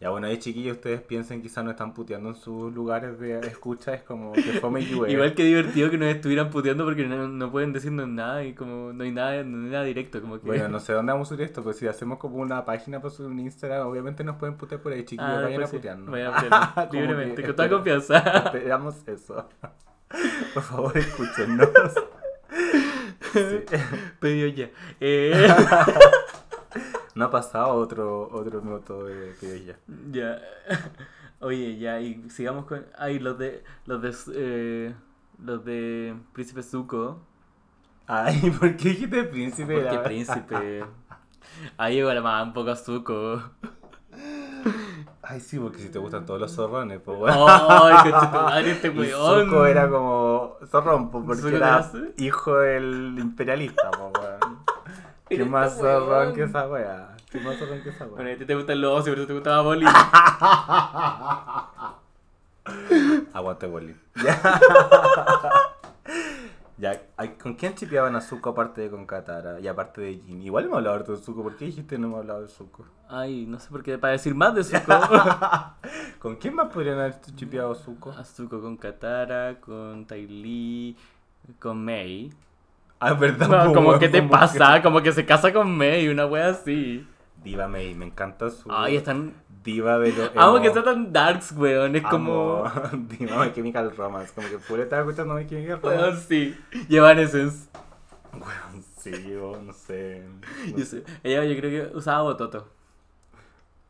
A: Ya bueno, ahí chiquillos, ustedes piensen, quizás no están puteando en sus lugares de escucha, es como que fome y llueve.
B: Igual que divertido que nos estuvieran puteando porque no, no pueden decirnos nada y como no hay nada, no hay nada directo. Como que...
A: Bueno, no sé dónde vamos a subir esto, pero si hacemos como una página para subir un Instagram, obviamente nos pueden putear por ahí, chiquillos,
B: Ah,
A: vayan a
B: después sí,
A: putearnos.
B: vayan a putearnos,
A: Como que
B: Libremente, con toda
A: espero-
B: confianza.
A: Esperamos eso. Por favor, escúchenos. Sí.
B: Pedido ya. Eh,
A: No ha pasado otro, otro minuto de que ya.
B: ya. Oye, ya, y sigamos con. Ay, los de. Los de. eh, los de Príncipe Zuko.
A: Ay, ¿por qué dijiste príncipe? Ah.
B: Porque
A: La-
B: Príncipe. Ahí igual más un poco a Zuko.
A: Ay, sí, porque si te gustan todos los zorrones, pues bueno.
B: Ay, conchetumadre, este
A: Y
B: weón.
A: Zuko era como zorrón, po, porque
B: Zuko
A: era
B: Terrace.
A: hijo del imperialista, po, weón. ¿Qué
B: Era
A: más
B: este
A: zorrón
B: weón.
A: que esa weá? ¿Qué más zorrón que esa weá?
B: Bueno, a ti te gustan los osos, pero te gustaba Boli.
A: Aguante, Boli. ya, ay, ¿con quién chipeaban a Zuko aparte de con Katara y aparte de Jin? Igual hemos hablado harto de Zuko, ¿por qué dijiste no hemos hablado de Zuko?
B: Ay, no sé por qué, para decir más de Zuko. a
A: ¿Con quién más podrían haber chipeado a Zuko?
B: Zuko con Katara, con Tai Lee, con Mei.
A: Ah, verdad.
B: No,
A: po,
B: como
A: weón,
B: que te
A: como
B: pasa, como que se casa con Mei, una wea así.
A: Diva May, me encanta su...
B: Ay, están.
A: Diva de lo
B: Amo
A: emo.
B: que están tan darks, weón. Es como.
A: Amo. Dime My Chemical Romance. Como que puro estaba escuchando My Chemical
B: Weón,
A: Romance.
B: sí. Llevan Essence.
A: Weón, sí, yo no sé. no
B: Yo
A: sé.
B: sé. Ella, yo creo que usaba Bototo.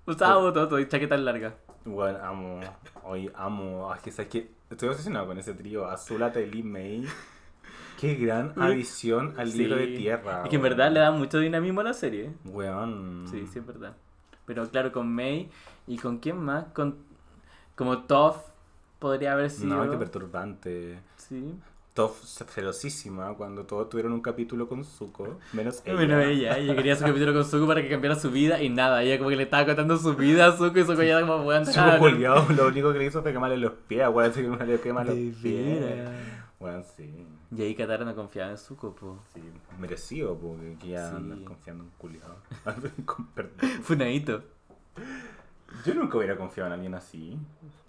B: Usaba
A: Oh.
B: Bototo y chaqueta larga.
A: Weón, amo. Hoy amo. Es que, ¿sabes qué? Estoy obsesionado con ese trío. Azula, Telly, May. Qué gran
B: Uy.
A: adición al libro
B: Sí.
A: de tierra.
B: Es que en
A: weón.
B: verdad le da mucho dinamismo a la serie.
A: Weón.
B: Sí, sí, es verdad. Pero claro, con May y con quién más, con Como Toff podría haber sido.
A: No, qué perturbante.
B: Sí.
A: Toff celosísima cuando todos tuvieron un capítulo con Zuko, menos ella.
B: Bueno, ella, ella quería su capítulo con Zuko para que cambiara su vida y nada, ella como que le estaba contando su vida a Zuko y Zuko ya era como weón.
A: Zuko culiao, lo único que le hizo fue quemarle los pies, weón, así que uno le quema los
B: De
A: pies.
B: veras.
A: Weón, sí,
B: Y ahí Katara no confiaba en Zuko, po.
A: sí, merecido, porque aquí ya
B: Sí.
A: andan confiando en un culiao. Con perdón.
B: Funadito.
A: Yo nunca hubiera confiado en alguien así.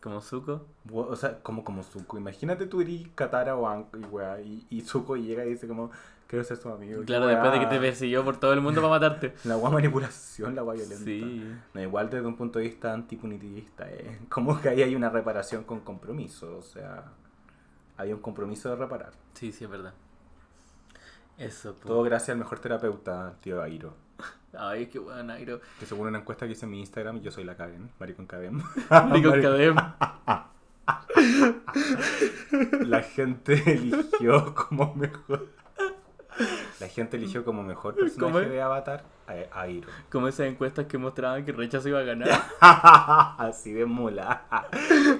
B: Como Zuko.
A: Wo- O sea, como como Zuko. Imagínate tú eres Katara o Anko y weá, y, y Zuko llega y dice como, quiero ser su amigo.
B: Claro,
A: Weá.
B: después de que te persiguió por todo el mundo para matarte.
A: La weá manipulación, la weá violenta.
B: Sí.
A: No, igual desde un punto de vista antipunitivista, ¿eh? Como que ahí hay una reparación con compromiso, o sea, hay un compromiso de reparar.
B: Sí, sí, es verdad. Eso, po.
A: Todo gracias al mejor terapeuta, tío Airo.
B: Ay, qué weón, Airo.
A: Que según una encuesta que hice en mi Instagram, yo soy la Karen, Maricón Karen.
B: Rico
A: Mari-
B: Cadem.
A: La gente eligió como mejor. La gente eligió como mejor personaje
B: ¿Cómo es?
A: de Avatar a a Airo.
B: Como esas encuestas que mostraban que Rechazo iba a ganar.
A: Así de mula.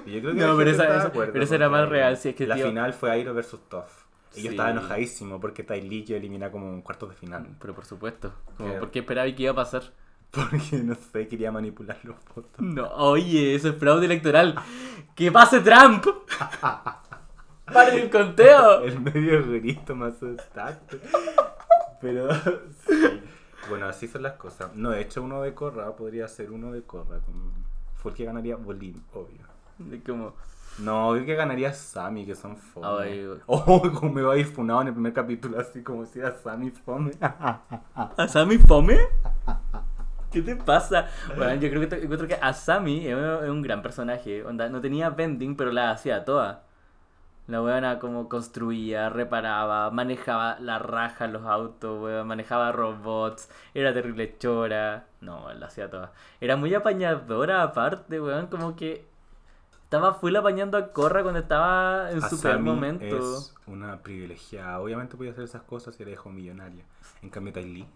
A: Yo creo que la
B: No, pero
A: gente
B: esa-
A: está de
B: esa-
A: acuerdo
B: pero esa era
A: porque
B: más real, si es que,
A: la
B: tío-
A: final fue Airo versus Toph. Y
B: Sí.
A: yo estaba enojadísimo porque Tai Lee que elimina como en cuartos de final.
B: Pero por supuesto. Como,
A: Claro.
B: ¿por qué esperaba y que iba a pasar?
A: Porque no sé, quería manipular los votos.
B: No, oye, eso es fraude electoral. ¡Que pase Trump! ¡Paren el conteo!
A: El medio grito más exacto. Pero sí. Bueno, así son las cosas. No, de hecho uno de Corra podría ser uno de Corra. Fue el que ganaría Bolín, obvio.
B: Como,
A: No, obvio que ganaría Sammy, que son fome.
B: Ay, güey.
A: oh, como me va a ir funado en el primer capítulo, así como si era Sammy fome.
B: ¿Asami fome? ¿Qué te pasa? Bueno, yo creo que te- encuentro que Asami es un, es un gran personaje. Onda, no tenía bending, pero la hacía toda. La weona como construía, reparaba, manejaba la raja, los autos, weón, manejaba robots, era terrible chora. No, la hacía toda. Era muy apañadora aparte, weón, como que estaba full apañando a Corra cuando estaba en su peor
A: Asami
B: momento.
A: Es una privilegiada. Obviamente podía hacer esas cosas si era hijo millonaria. En cambio, Tai Lee.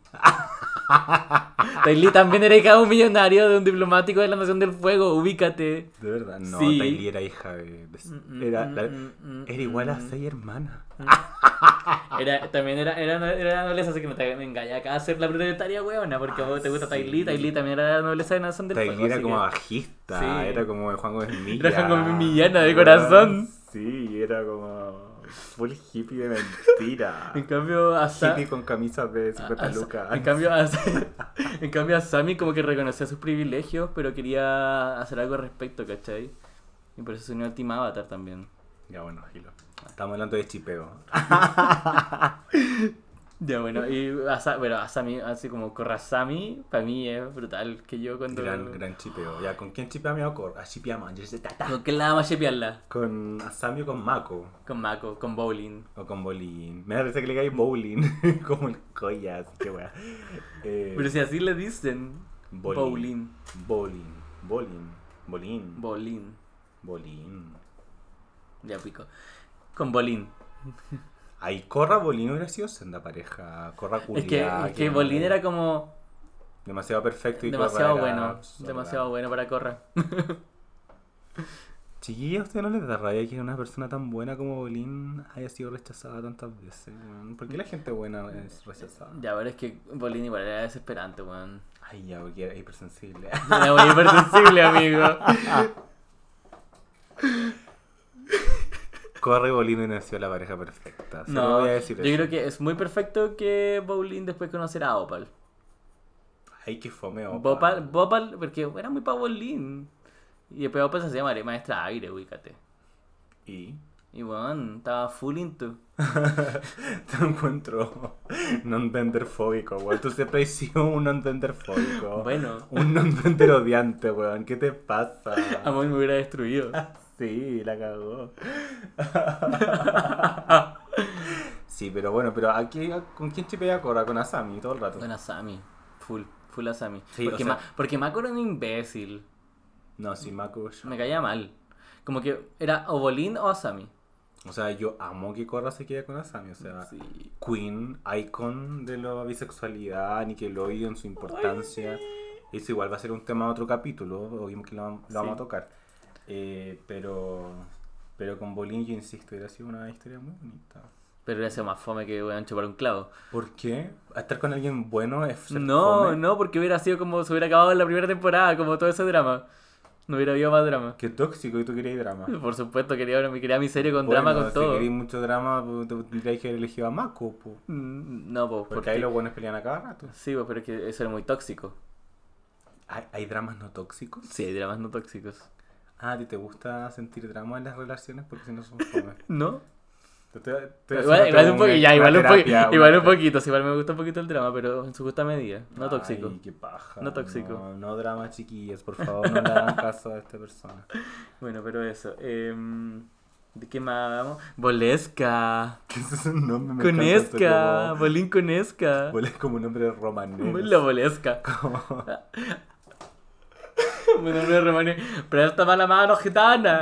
B: Taylor también era hija de un millonario, de un diplomático de la Nación del Fuego, ubícate.
A: De verdad, no.
B: Sí. Mm,
A: Tai Lee era hija de. de- era, la- era igual a seis hermanas.
B: Era, también era, era, era nobleza, así que no te me engaña acá a hacer la proletaria huevona, porque a vos te gusta
A: Ah, sí.
B: Tailí, Tailí también era nobleza de Nación del
A: Tai
B: Fuego.
A: Lee era
B: así
A: como
B: que-
A: bajista.
B: Sí.
A: Era como Juan Gómez Millana.
B: Era Juan Gómez Millana de corazón.
A: Sí, era como. Full hippie de mentira.
B: En cambio, hasta.
A: hippie con camisas de
B: a-
A: 50
B: a-
A: lucas.
B: En cambio, a, en cambio, a Sammy como que reconocía sus privilegios, pero quería hacer algo al respecto, ¿cachai? Y por eso se unió al Team Avatar también.
A: Ya bueno, Gilo. Estamos hablando de chipeo.
B: Ya bueno, y Asa, bueno, Asami, así como Korrasami, para mí es brutal que yo cuando...
A: Gran, gran chipeo. Ya, ¿con quién chipea mi Ocor? A chipeamos. Yo sé, tata.
B: ¿Con qué la vamos a chepearla?
A: Con Asami o con Mako.
B: Con Mako, con Bowling.
A: O con Bolín. Me parece que le cae Bowling. Como el Coya, así que weá. Eh,
B: Pero si así le dicen...
A: Bolin.
B: Bowling.
A: Bolin. Bolin. Bolin.
B: Bowling.
A: Bolin.
B: Ya pico. Con Bolín.
A: Ahí Corra Bolín hubiera sido senda pareja. Corra
B: Es que,
A: culiá.
B: es que Bolín era como
A: Demasiado perfecto y Corra
B: demasiado
A: era
B: bueno.
A: absurda.
B: Demasiado bueno para Corra.
A: Chiquilla, ¿a usted no les da rabia que una persona tan buena como Bolín haya sido rechazada tantas veces? weón? ¿Por qué la gente buena es rechazada?
B: Ya, pero es que Bolín igual era desesperante, weón.
A: Ay, ya, porque era hipersensible.
B: Era muy hipersensible, amigo.
A: Corre y Bolín y nació la pareja perfecta. Solo
B: No,
A: voy a
B: yo
A: decir eso.
B: creo que es muy perfecto que Bowling después conociera a Opal.
A: Ay, que fome, opa.
B: Bopal, Bopal, porque era muy pavolín. Y después Bopal se hacía mare- maestra aire, ubícate.
A: Y
B: Y bueno, estaba full into.
A: te encuentro non-tenderfóbico, weón. Tú siempre has sido un non-tenderfóbico.
B: Bueno,
A: Un non-tender odiante, weón. ¿Qué te pasa?
B: a mí me hubiera destruido.
A: Sí, la cagó. Sí, pero bueno, pero aquí, ¿con quién chipea Cora? Con Asami todo el rato.
B: Con Asami, full, full Asami.
A: Sí,
B: porque,
A: o sea-
B: Ma- porque Mako era un imbécil.
A: No, sí, Mako. yo-
B: Me caía mal. Como que era o Bolín o Asami.
A: O sea, yo amo que Cora se quede con Asami. O sea,
B: Sí.
A: Queen, icon de la bisexualidad, Nickelodeon, su importancia. Eso igual va a ser un tema de otro capítulo, obvio que lo, vam- lo
B: Sí.
A: vamos a tocar. Eh, pero, pero con Bolín, yo insisto, hubiera sido una historia muy bonita.
B: Pero hubiera sido más fome que weón chupar un clavo.
A: ¿Por qué? ¿Estar con alguien bueno es ser
B: no,
A: fome?
B: no, porque hubiera sido como se hubiera acabado en la primera temporada, como todo ese drama. No hubiera habido más drama.
A: Qué tóxico y tú querías drama.
B: Por supuesto, quería, bueno, quería mi serie con
A: Bueno,
B: drama, con
A: Si
B: todo.
A: querías mucho drama, pues, te- tendrías que haber elegido a Mako, po.
B: Mm, No, pues,
A: Porque,
B: porque...
A: ahí los buenos pelean a cada rato.
B: Sí, pues, pero es que eso era muy tóxico.
A: ¿Hay, hay dramas no tóxicos?
B: Sí, hay dramas no tóxicos.
A: Ah, ¿a ti te gusta sentir drama en las relaciones? Porque si no son fome.
B: ¿No?
A: Te- te- te-
B: Igual,
A: te-
B: igual un, poco,
A: una-
B: ya,
A: una
B: igual, un, poco-
A: terapia, una
B: igual un
A: terapia.
B: poquito, sí, igual me gusta un poquito el drama, pero en su justa medida, no tóxico.
A: Ay, qué paja.
B: No tóxico.
A: No, no drama, chiquillas, por favor, no le hagan caso a esta persona.
B: Bueno, pero eso. em, ¿De qué más vamos? Bolesca.
A: ¿Qué es ese nombre? Me
B: Con
A: encanta este
B: Esca.
A: como-
B: Bolín con Esca.
A: Bol- es como un nombre romanés.
B: La Bolesca.
A: Como-
B: Mi nombre es Román. Préstame la mano, gitana.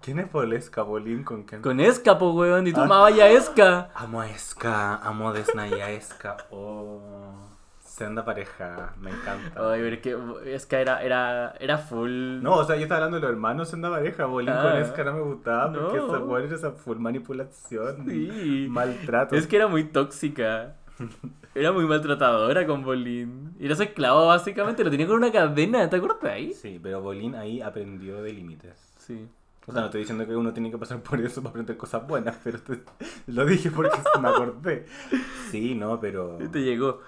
A: ¿Quién es Bolesca? ¿Bolín con quién?
B: Con Esca, po, weón. Y tú
A: Ah.
B: amabas ya Esca.
A: Amo a Esca, amo a Desna y a Esca. Oh, senda pareja, me encanta.
B: Ay, pero es que Esca era, era, era full.
A: No, o sea, yo estaba hablando de los hermanos senda pareja. Bolín
B: Ah.
A: con Esca no me gustaba porque
B: No.
A: esa mujer era esa full manipulación.
B: Sí.
A: Maltrato.
B: Es que era muy tóxica. Era muy maltratadora con Bolín. Era su esclavo, básicamente. Lo tenía con una cadena, ¿te acuerdas de ahí?
A: Sí, pero Bolín ahí aprendió de límites.
B: Sí.
A: O sea, no estoy diciendo que uno tiene que pasar por eso para aprender cosas buenas, pero te- lo dije porque me acordé. Sí, no, pero...
B: Te llegó.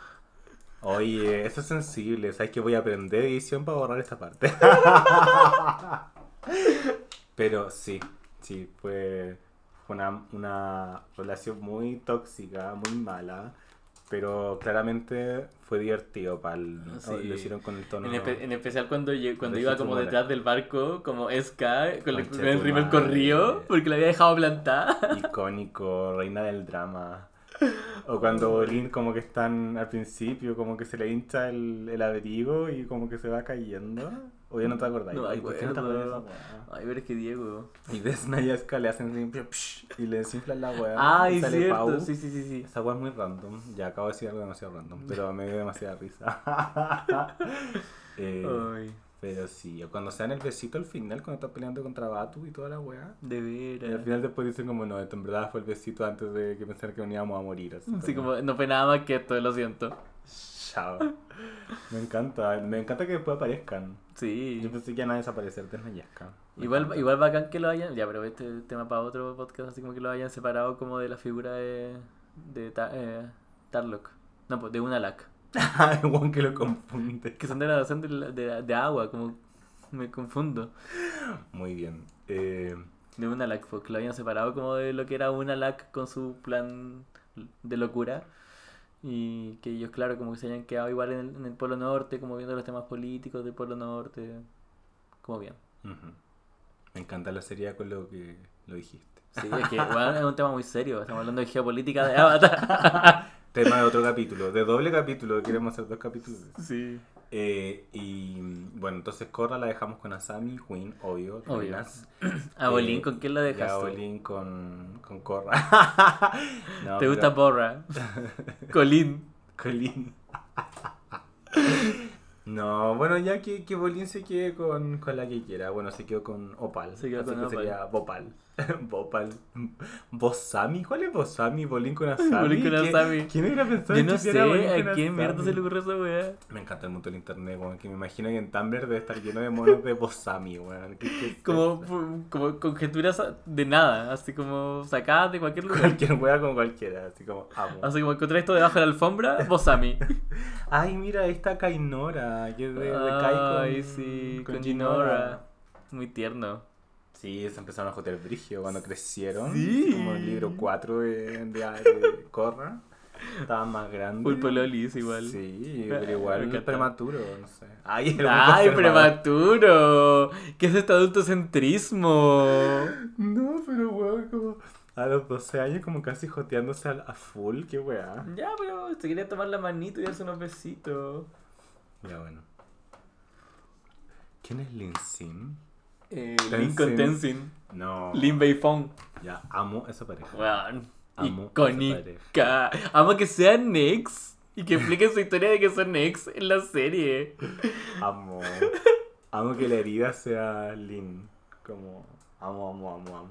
A: Oye, eso es sensible. Sabes que voy a aprender edición para borrar esta parte. Pero sí, sí, fue una, una relación muy tóxica, muy mala. Pero claramente fue divertido para
B: Sí.
A: Lo hicieron con el tono.
B: En, espe- en especial cuando, lle- cuando
A: De
B: iba
A: Hito
B: como
A: Mora.
B: detrás del barco, como Esca, con, el-
A: Concha
B: con el
A: tu
B: rímel
A: madre.
B: corrido, porque la había dejado plantada.
A: icónico, reina del drama. O cuando Bolín como que están al principio, como que se le hincha el, el abrigo y como que se va cayendo. O ya no te acordáis.
B: No me
A: Ay, ¿por qué no te
B: acuerdo.
A: acordás de esa weá?
B: Ay, pero es que Diego.
A: Y Desna y Asuka le hacen limpio psh, y le desinflan la weá.
B: Ay,
A: y Ah, sale
B: Ah, cierto.
A: Pau.
B: Sí, Mm. sí, sí, sí.
A: Esa weá es muy random. Ya acabo de decir algo demasiado random, pero me dio demasiada risa. Eh,
B: Ay,
A: pero sí, o cuando se dan el besito al final, cuando está peleando contra Batu y toda la weá.
B: de
A: Y al
B: veras.
A: final después dicen como no, esto en verdad fue el besito antes de que pensar que veníamos a morir. Así
B: Sí, como no fue nada más que esto, lo siento.
A: Chao. Me encanta, me encanta que después aparezcan.
B: Sí.
A: Yo pensé que iban a desaparecer desde Nazca. Me
B: Igual,
A: encanta.
B: igual bacán que lo hayan. Ya, pero este tema para otro podcast, así como que lo hayan separado como de la figura de. de Ta- eh, Tarlock. No, pues de Unalak.
A: Ay, Juan que lo confunde.
B: Que son de la son de, la- de- de agua, como. Me confundo.
A: Muy bien. Eh,
B: De una LAC, porque lo habían separado como de lo que era una LAC con su plan de locura. Y que ellos, claro, como que se hayan quedado igual en el, en el Polo Norte, como viendo los temas políticos del Polo Norte. Como bien.
A: ujú. Me encanta la seriedad con lo que lo dijiste.
B: Sí, es que weón, es un tema muy serio. Estamos hablando de geopolítica de Avatar.
A: Tema de otro capítulo, de doble capítulo, queremos hacer dos capítulos.
B: Sí.
A: Eh, y bueno, entonces Corra la dejamos con Asami, Queen, obvio,
B: Obvio.
A: reinas.
B: A Bolín,
A: Eh,
B: ¿con quién la dejas?
A: Ya
B: tú?
A: Olin con, con Corra. No,
B: ¿Te
A: pero-
B: gusta Borra? Colín.
A: Colin. No, bueno, ya que, que Bolín se quede con, con la que quiera. Bueno, se quedó con Opal.
B: Se quedó
A: así
B: con
A: que
B: Opal.
A: sería Bopal. Bopal. Bosami. ¿Cuál es Bosami? Bolín con Asami.
B: Bolín con
A: ¿Qué-
B: Asami.
A: ¿Quién hubiera pensado
B: Yo
A: que
B: no sé
A: hiciera Bolín con
B: a quién mierda
A: Asami?
B: se le ocurre esa weá.
A: Me encanta el mundo del internet, weón. Que me imagino que en Tumblr debe estar lleno de monos de Bosami, weón. ¿Qué- qué es
B: Como,
A: esto?
B: como conjeturas de nada, así como sacadas de cualquier lugar.
A: Cualquier wea con cualquiera. Así como amo.
B: Así como encontré esto debajo de la alfombra, Bosami.
A: Ay, mira, ahí está Kainora. Que es de, de Kai con,
B: Ay, sí, con Ginora. Muy tierno.
A: Sí, se empezaron a joder brigio cuando crecieron.
B: Sí.
A: Como el libro 4 de, de, de Corra. Estaba más grande.
B: Full pololis igual.
A: Mm, Sí,
B: Ah,
A: pero
B: me
A: igual
B: encanta.
A: prematuro, no sé. Ay, era muy
B: ¡Ay,
A: conservador.
B: prematuro! ¿Qué es este adultocentrismo?
A: No, pero weón, como a los 12 años como casi joteándose al- a, full, qué weá.
B: Ya, pero se quería tomar la manito y darse unos besitos.
A: Ya bueno. ¿Quién es Lin Sin?
B: Eh,
A: Tenzin.
B: Lin con Tenzin.
A: No.
B: Lin Beifong.
A: Ya, amo esa pareja.
B: Weón.
A: Amo
B: Icónica. Amo que sean Nex. Y que expliquen su historia de que son Nex en la serie.
A: Amo. Amo que la herida sea Lynn. Como, amo, amo, amo, amo.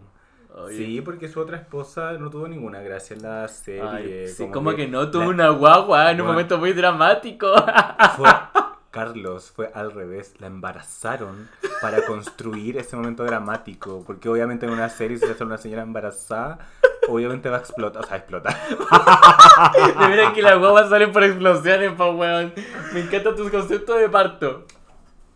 B: Oye.
A: Sí, porque su otra esposa no tuvo ninguna gracia en la serie.
B: Ay, sí, como que, no tuvo una guagua en un
A: Bueno.
B: momento muy dramático.
A: Fue, Carlos, fue al revés. La embarazaron para construir ese momento dramático. Porque obviamente en una serie, si se hace una señora embarazada, obviamente va a explotar. O sea, explotar.
B: De verdad que las guaguas salen por explosiones, pa weón. Me encantan tus conceptos de parto.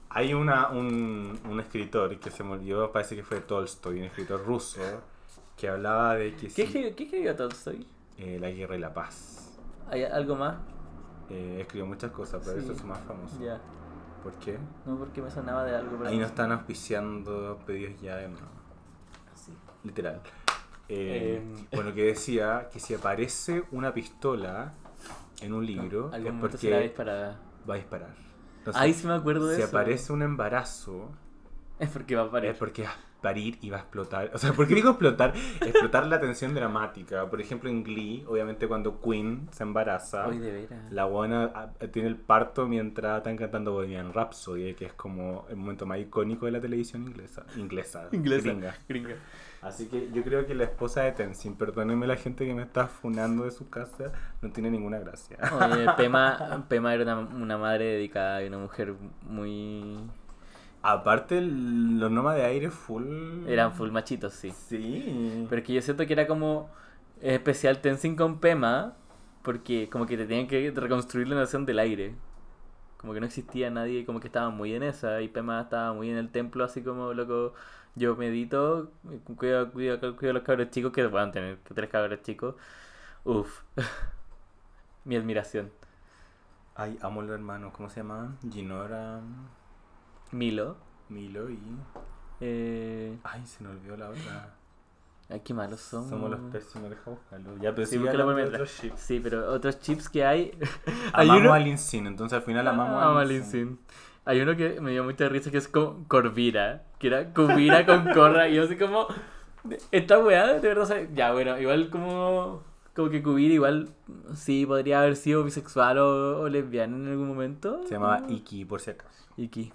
A: Hay una, un, un escritor que se me olvidó, parece que fue Tolstoy, un escritor ruso, que hablaba de que
B: ¿Qué,
A: si-
B: escribió- ¿Qué escribió Tolstoy?
A: eh, la guerra y la paz.
B: ¿Hay algo más?
A: Eh, escribió muchas cosas, pero
B: Sí.
A: eso es más famoso.
B: Ya.
A: ¿Por qué?
B: No, porque me sonaba de algo. Pero
A: Ahí nos están auspiciando pedidos ya de nuevo.
B: Sí.
A: Literal. Eh,
B: Em.
A: Bueno, que decía que si aparece una pistola en un libro,
B: Algún
A: es
B: momento
A: porque
B: será disparada.
A: va a disparar. Entonces,
B: Ahí sí me acuerdo de
A: si
B: eso.
A: aparece un embarazo,
B: Es porque va a aparecer.
A: es porque va a parir y va a explotar. O sea, ¿por qué digo explotar? explotar la tensión dramática. Por ejemplo, en Glee, obviamente cuando Queen se embaraza,
B: Hoy de veras.
A: la buena ah, tiene el parto mientras están cantando Bohemian Rhapsody, que es como el momento más icónico de la televisión inglesa. Inglesa.
B: Inglesa.
A: gringa.
B: Gringa.
A: Así que yo creo que la esposa de Tenzin, perdónenme la gente que me está funando de su casa, no tiene ninguna gracia.
B: Oye, Pema, Pema era una, una madre dedicada y una mujer muy...
A: Aparte, el- los nomas de aire full.
B: Eran full machitos, sí.
A: Sí.
B: Pero es que yo siento que era como especial Tenzin con Pema, porque como que te tenían que reconstruir la nación del aire. Como que no existía nadie, como que estaba muy en esa, y Pema estaba muy en el templo, así como, loco, yo medito, cuido, cuido, cuido a los cabros chicos, que puedan tener tres cabros chicos. Uf, mi admiración.
A: Ay, amo los hermanos, ¿cómo se llamaban? Ginora,
B: Milo.
A: Milo y.
B: Eh...
A: Ay, se me olvidó la otra.
B: Ay, qué malos somos.
A: Somos los pésimos, deja buscarlo. Ya, pero
B: Sí,
A: sigue
B: búscalo
A: hablando
B: por
A: de
B: mientras.
A: otros chips.
B: Sí, pero otros chips que hay. hay
A: Amamos
B: uno-
A: a Lin Sin, entonces al final amamos
B: Amo
A: a
B: a
A: Lin
B: Lin
A: Sin.
B: Sin. Hay uno que me dio mucha risa que es con Corvira, que era Corvira con Corra, y yo así como, esta weá de verdad, o sea, ya bueno, igual como, como que Cubira igual, sí, podría haber sido bisexual o, o lesbiana en algún momento. Mm,
A: Se llamaba Iki, por si acaso.
B: Iki.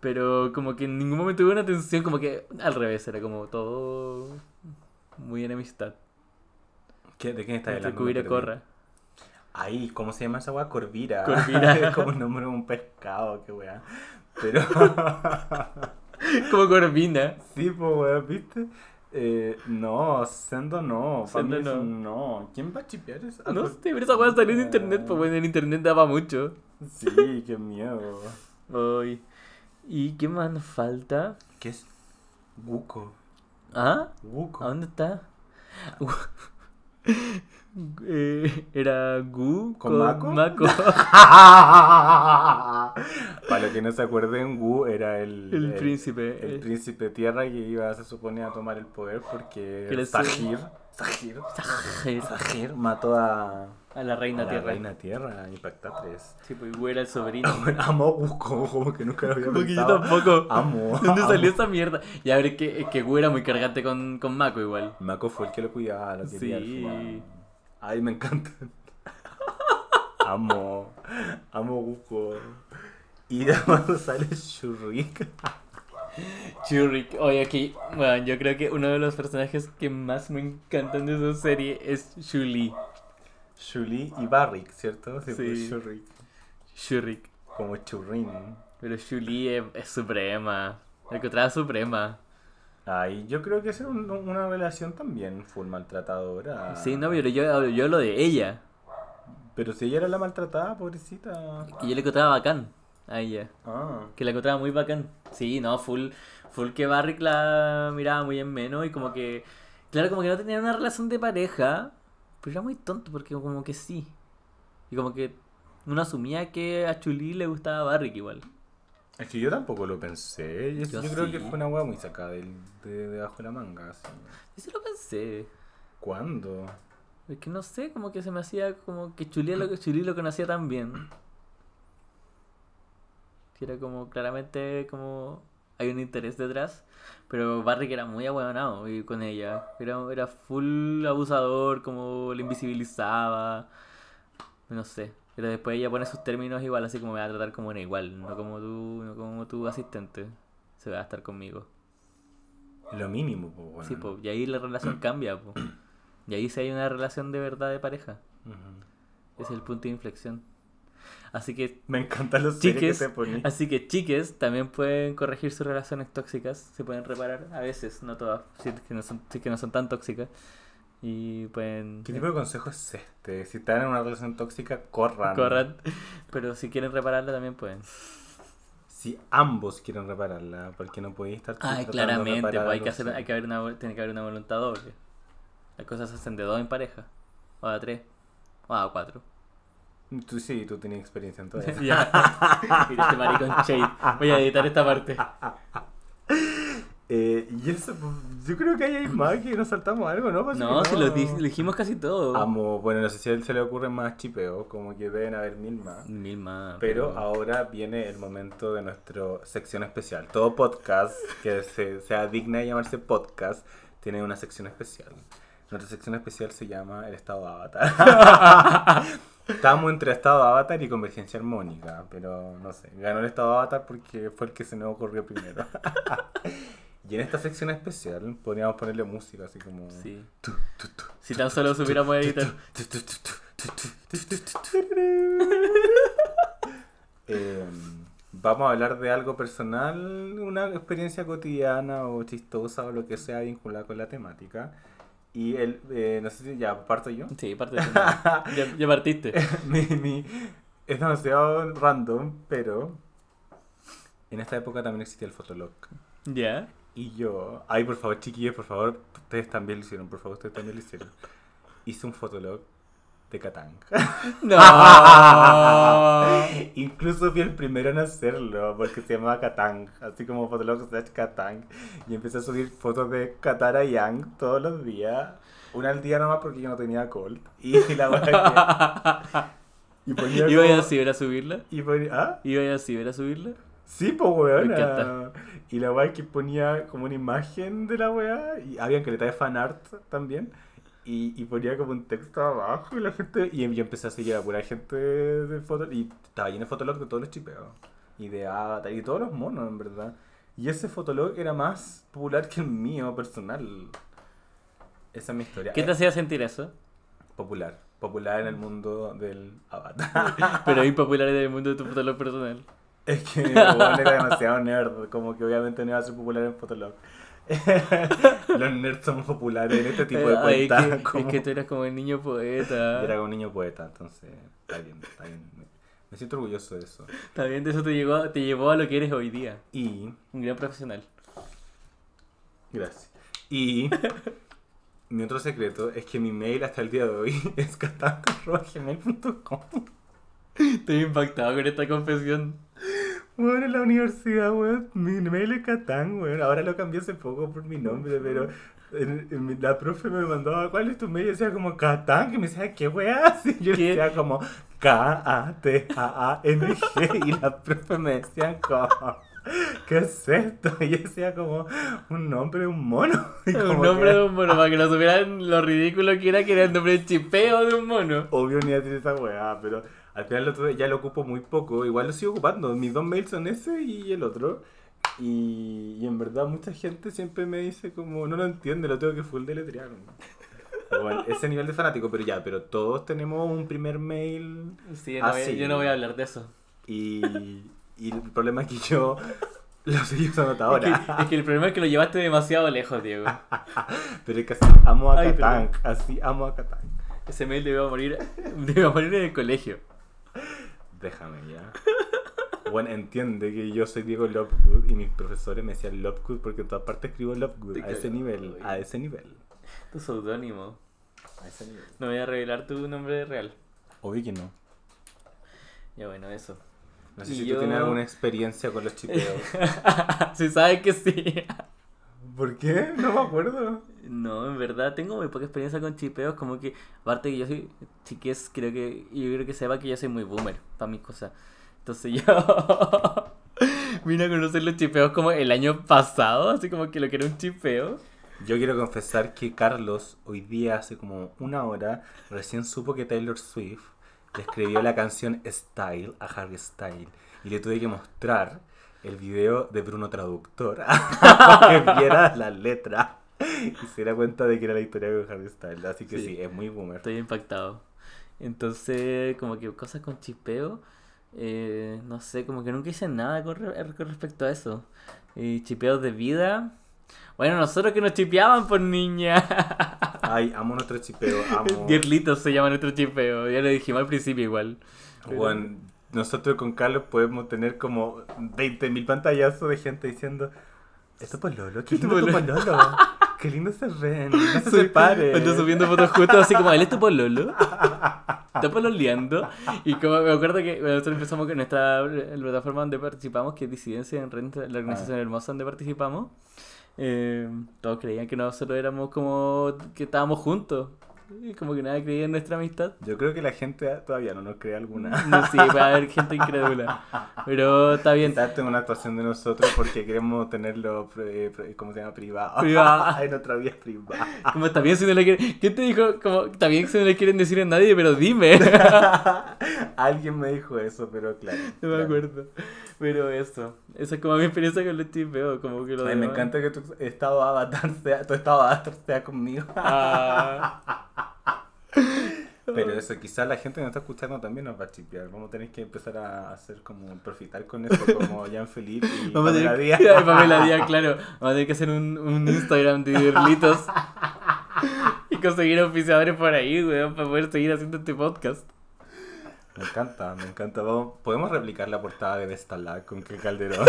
B: Pero como que en ningún momento hubo una tensión, como que al revés, era como todo muy en amistad.
A: ¿Qué- ¿De quién está
B: Entre
A: hablando?
B: Cubira
A: Me
B: y
A: perdí.
B: Corra.
A: Ay, ¿cómo se llama esa weá? Corvira.
B: Corvira.
A: es como el nombre de un pescado, qué weá. Pero.
B: Como Corvina.
A: sí, pues weá, ¿viste? Eh, no, Sendo no. pa'
B: Sendo
A: mí es
B: no.
A: un no. ¿Quién va a chipear eso? Ah,
B: No
A: Cor-
B: sé, pero esa weá salió en internet, pues bueno, en internet daba mucho.
A: Sí, qué miedo.
B: Ay. ¿Y qué más nos falta?
A: ¿Qué es? Buco.
B: ¿Ah?
A: Buco.
B: ¿A dónde está? Gu- eh, era Gu
A: ¿Con Mako? Para los que no se acuerden, Wu era el,
B: Ah, El príncipe,
A: El
B: eh.
A: príncipe tierra que iba, se supone, a tomar el poder porque
B: Que le
A: Sahir, Sahir, Sahir mató a,
B: A la reina
A: a la
B: tierra.
A: reina tierra, Impactatres.
B: Sí, pues Gu era el sobrino.
A: Bueno, amo a Busco, como que nunca lo había
B: Como que yo
A: pensado.
B: tampoco.
A: Amo.
B: ¿Dónde
A: amo.
B: salió esa mierda? Y a ver, es que, es que Gu era muy cargante con, con Mako igual.
A: Mako fue el que lo cuidaba, lo quería al
B: Sí.
A: final. Ay, me encanta. Amo, amo Busco. Y de cuando sale Shurika.
B: Churric. Oye, aquí, bueno, yo creo que uno de los personajes que más me encantan de esa serie es Julie.
A: Shuli y Barrick, ¿cierto? Se
B: Sí.
A: puso Shurrick.
B: Churric.
A: Como churrin.
B: Pero Julie es, es suprema. La encontraba suprema.
A: Ay, yo creo que es un- una relación también full maltratadora.
B: Sí, no, pero yo, yo lo de ella.
A: Pero si ella era la maltratada, pobrecita.
B: Que yo le encontraba bacán a ella.
A: Ah.
B: Que la encontraba muy bacán. Sí, no, full, full que Barrick la miraba muy en menos y como que. Claro, como que no tenían una relación de pareja. Pero era muy tonto porque como que sí. Y como que uno asumía que a Chuli le gustaba Barrick igual.
A: Es que yo tampoco lo pensé. y es- Yo,
B: Yo
A: creo
B: sí.
A: que fue una hueá muy sacada del- de debajo de la manga. así.
B: Yo Pues sí lo pensé.
A: ¿Cuándo?
B: Es que no sé, como que se me hacía como que Chuli lo, Chuli lo conocía tan bien. Que era como claramente como hay un interés detrás. Pero Barry que era muy ahueonado y con ella. Era, era full abusador, como le invisibilizaba. No sé. Pero después ella pone sus términos igual, así como me va a tratar como una igual, no como tú, no como tu asistente. Se va a estar conmigo.
A: Lo mínimo, pues, bueno.
B: Sí, pues, y ahí la relación cambia, pues. Y ahí sí hay una relación de verdad de pareja.
A: Ujú.
B: Ese es el punto de inflexión. Así que
A: Me encantan los
B: chiques,
A: chiques que te poní.
B: así que chiques también pueden corregir sus relaciones tóxicas, se pueden reparar a veces, no todas, si es que no son, si es que no son tan tóxicas y pueden
A: ¿Qué tipo de consejo es este? Si están en una relación tóxica, corran.
B: corran, pero si quieren repararla también pueden.
A: Si ambos quieren repararla, porque no podéis estar tú
B: Ay,
A: tratando de
B: claramente,
A: reparar
B: pues hay
A: algo
B: que hacer,
A: así.
B: hay que haber una, vol- tiene que haber una voluntad doble. Las cosas se hacen de dos en pareja, o de tres, o a cuatro.
A: Tú sí, tú tenías experiencia en todo eso.
B: Ya. Mira este maricón Shade. Voy a editar esta parte.
A: Eh, y eso, pues, yo creo que ahí hay más que nos saltamos algo, Pues, ¿no? Parece
B: No,
A: que
B: si lo, di- lo dijimos casi todo.
A: Amo, bueno, no sé si a él se le ocurre más chipeo, como que deben haber mil más.
B: Mil más.
A: Pero ahora viene el momento de nuestra sección especial. Todo podcast que se, sea digna de llamarse podcast tiene una sección especial. Nuestra sección especial se llama El estado de avatar. Estamos entre estado de avatar y convergencia armónica, pero no sé. Ganó el estado de avatar porque fue el que se nos ocurrió primero. y en esta sección especial podríamos ponerle música así como.
B: Sí.
A: Tu, tu, tu,
B: Si tan solo supiéramos editar.
A: eh, vamos a hablar de algo personal, una experiencia cotidiana o chistosa o lo que sea vinculada con la temática. Y el, eh, no sé si ya parto yo.
B: Sí, parte de ya, ya partiste.
A: Mi- mi- es demasiado random, pero en esta época también existía el Fotolog.
B: Ya.
A: Y yo, ay, por favor, chiquillos, por favor, ustedes también lo hicieron, por favor, ustedes también lo hicieron. Hice un Fotolog de Catán.
B: No. Ah.
A: Incluso fui el primero en hacerlo, porque se llamaba Katang, así como Fotolog slash Katang. Y empecé a subir fotos de Katara Yang todos los días, una al día nomás porque yo no tenía cold. Y la verdad que... Y ponía
B: ¿Iba
A: como-
B: a ciber a subirla?
A: y ponía- ¿Ah?
B: ¿Iba a ciber a subirla?
A: Sí, pues
B: Me encanta.
A: weona. Y la weá que ponía como una imagen de la weá. Y había que le de fanart también. Y, y ponía como un texto abajo y la gente. Y em, yo empecé a seguir a pura gente de fotos. Y estaba lleno de fotolog de todos los chipeos. Y de avatar. Y todos los monos, en verdad. Y ese fotolog era más popular que el mío personal. Esa es mi historia. Eh,
B: ¿Qué te hacía sentir eso?
A: Popular. Popular en el mundo del avatar.
B: Pero impopular en el mundo de tu fotólogo personal.
A: Es que weón, era demasiado nerd, como que obviamente no iba a ser popular en Fotolog. Los nerds somos populares en este tipo de
B: Eh, Ay,
A: cuentas.
B: que-
A: como-
B: Es que tú eras como el niño
A: Yo era
B: poeta.
A: un niño poeta, entonces está bien, está bien. Me siento orgulloso de eso.
B: También de eso te, llegó, a- te llevó a lo que eres hoy día.
A: Y,
B: Un gran profesional.
A: gracias. Y mi otro secreto es que mi mail hasta el día de hoy es catanco.gmail.com.
B: Estoy impactado con esta confesión.
A: Bueno, en la universidad, weón, mi mail es Catán, weón. Ahora lo cambié hace poco por mi nombre, pero en- en mi- la profe me mandaba, ¿cuál es tu mail? Y decía como Catán, que me decía, ¿qué weá? Y yo
B: ¿Qué?
A: decía como K-A-T-A-A-N-G. Y la profe me decía como, ¿qué es esto? Y yo decía como, un nombre, un mono. Y
B: Un
A: como
B: nombre
A: que,
B: de un mono, para que Ah. no supieran lo ridículo que era que era el nombre chipeo de un mono.
A: Obvio ni decir esa weá, pero al final lo tuve- ya lo ocupo muy poco. Igual lo sigo ocupando. Mis dos mails son ese y el otro. Y, y en verdad mucha gente siempre me dice como, no lo entiende, lo tengo que full deletrear. Pero Bueno, ese nivel de fanático, pero ya, pero todos tenemos un primer mail
B: Sí, no
A: Ah,
B: voy a-
A: sí.
B: yo no voy a hablar de eso.
A: y, y el problema es que yo lo seguí usando hasta
B: Es que,
A: ahora.
B: es que el problema es que lo llevaste demasiado lejos, Diego.
A: Pero es que así amo a
B: Ay,
A: Catán, así amo a Catán.
B: Ese mail debió morir, debió morir en el colegio.
A: Déjame ya. Bueno, entiende que yo soy Diego Lovegood y mis profesores me decían Lovegood porque en todas partes escribo Lovegood.
B: Te
A: A ese
B: cagaste,
A: nivel,
B: güey.
A: a ese nivel.
B: Tu seudónimo.
A: A ese nivel.
B: No voy a revelar tu nombre real.
A: Obvio que no.
B: Ya bueno, eso.
A: No sé
B: Y
A: si
B: yo-
A: tú tienes alguna experiencia con los chipeos.
B: Si sabes que sí.
A: ¿Por qué? No me acuerdo.
B: No, en verdad tengo muy poca experiencia con chipeos, como que, aparte que yo soy, chiques, creo que, yo creo que sepa que yo soy muy boomer para mis cosas. Entonces yo vine a conocer los chipeos como el año pasado, así como que lo que era un chipeo.
A: Yo quiero confesar que Carlos hoy día, hace como una hora, recién supo que Taylor Swift le escribió la canción Style a Harry Style y le tuve que mostrar el video de Bruno Traductor para que viera la letra y se diera cuenta de que era la historia de Harry Styles. Así que sí,
B: Sí.
A: es muy boomer.
B: Estoy impactado. Entonces, como que cosas con chipeo, eh, no sé, como que nunca hice nada con, re- eh, con respecto a eso. Y chipeos de vida. Bueno, nosotros que nos chipeaban por niña.
A: Ay, amo nuestro chipeo, amo.
B: Dierlitos se llama nuestro chipeo. Ya lo dijimos al principio igual. Pero-
A: Bueno, nosotros con Carlos podemos tener como 20.000 pantallazos de gente diciendo: Esto pololo, qué
B: Esto
A: lindo tu
B: pololo".
A: pololo. Qué lindo se ven, no se
B: Sub-
A: separen.
B: Ando subiendo fotos juntos así como, él es tu pololo. Está pololeando. Y como me acuerdo que nosotros empezamos con nuestra la plataforma donde participamos, que es Disidencia en Red, la organización hermosa donde participamos. eh, todos creían que nosotros éramos como que estábamos juntos. Y como que nadie creía en nuestra amistad.
A: Yo creo que la gente todavía no nos cree alguna.
B: No sé, va a haber gente incrédula. Pero está bien.
A: Pensarte en una actuación de nosotros porque queremos tenerlo, eh, pre- ¿cómo se llama? Privado.
B: Privado.
A: en otra vía privada.
B: Como está bien si no le quieren. ¿Quién te dijo? Como está bien si no le quieren decir a nadie, pero dime.
A: Alguien me dijo eso, pero claro.
B: No
A: claro.
B: me acuerdo. Pero eso. Esa es como mi experiencia con los chipeos. Como que lo
A: Ay, me
B: demás-
A: encanta que tu estado avatar sea, tu estado avatar sea conmigo.
B: Ah,
A: Pero eso, quizás la gente que nos está escuchando también nos va a chipear. Vamos a tener que empezar a hacer como profitar con eso, como Jean Philippe y
B: vamos a
A: Pamela
B: tener...
A: Díaz.
B: Ay, Pamela Díaz, claro. Vamos a tener que hacer un, un Instagram de Dirlitos. y conseguir oficiadores por ahí, weón, para poder seguir haciendo este podcast.
A: Me encanta, me encanta. Vamos- Podemos replicar la portada de Vestalag con que Calderón.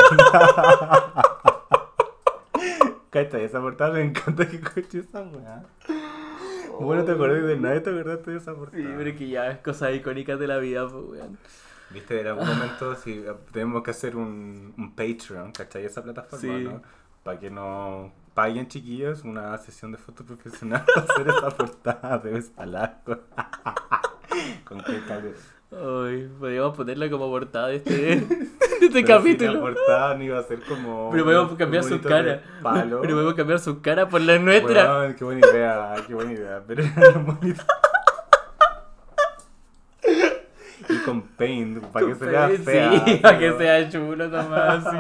A: Cacha, esa portada me encanta que coche esa weá. Bueno, te acordás de nadie, te acordaste de esa portada.
B: Oh. Sí, pero que ya es cosas icónicas de la vida, pues, weón.
A: Viste, en algún momento si tenemos que hacer un, un Patreon, ¿cachai? Esa plataforma,
B: Sí.
A: ¿no? Para que nos paguen, chiquillos, una sesión de fotos profesional para hacer esa portada de Vestalag. con qué
B: Este
A: Calderón.
B: Ay, podríamos ponerla como portada de este, de este
A: Pero si
B: capítulo.
A: la portada no iba a ser como.
B: Pero podemos cambiar su
A: bonito
B: cara.
A: Palo.
B: Pero podemos cambiar su cara por la nuestra.
A: Weón, qué buena idea, qué buena idea. Pero era bonito. Y con paint, para que se vea
B: Sí,
A: fea.
B: Sí, para que
A: pero-
B: sea chulo nomás. Sí.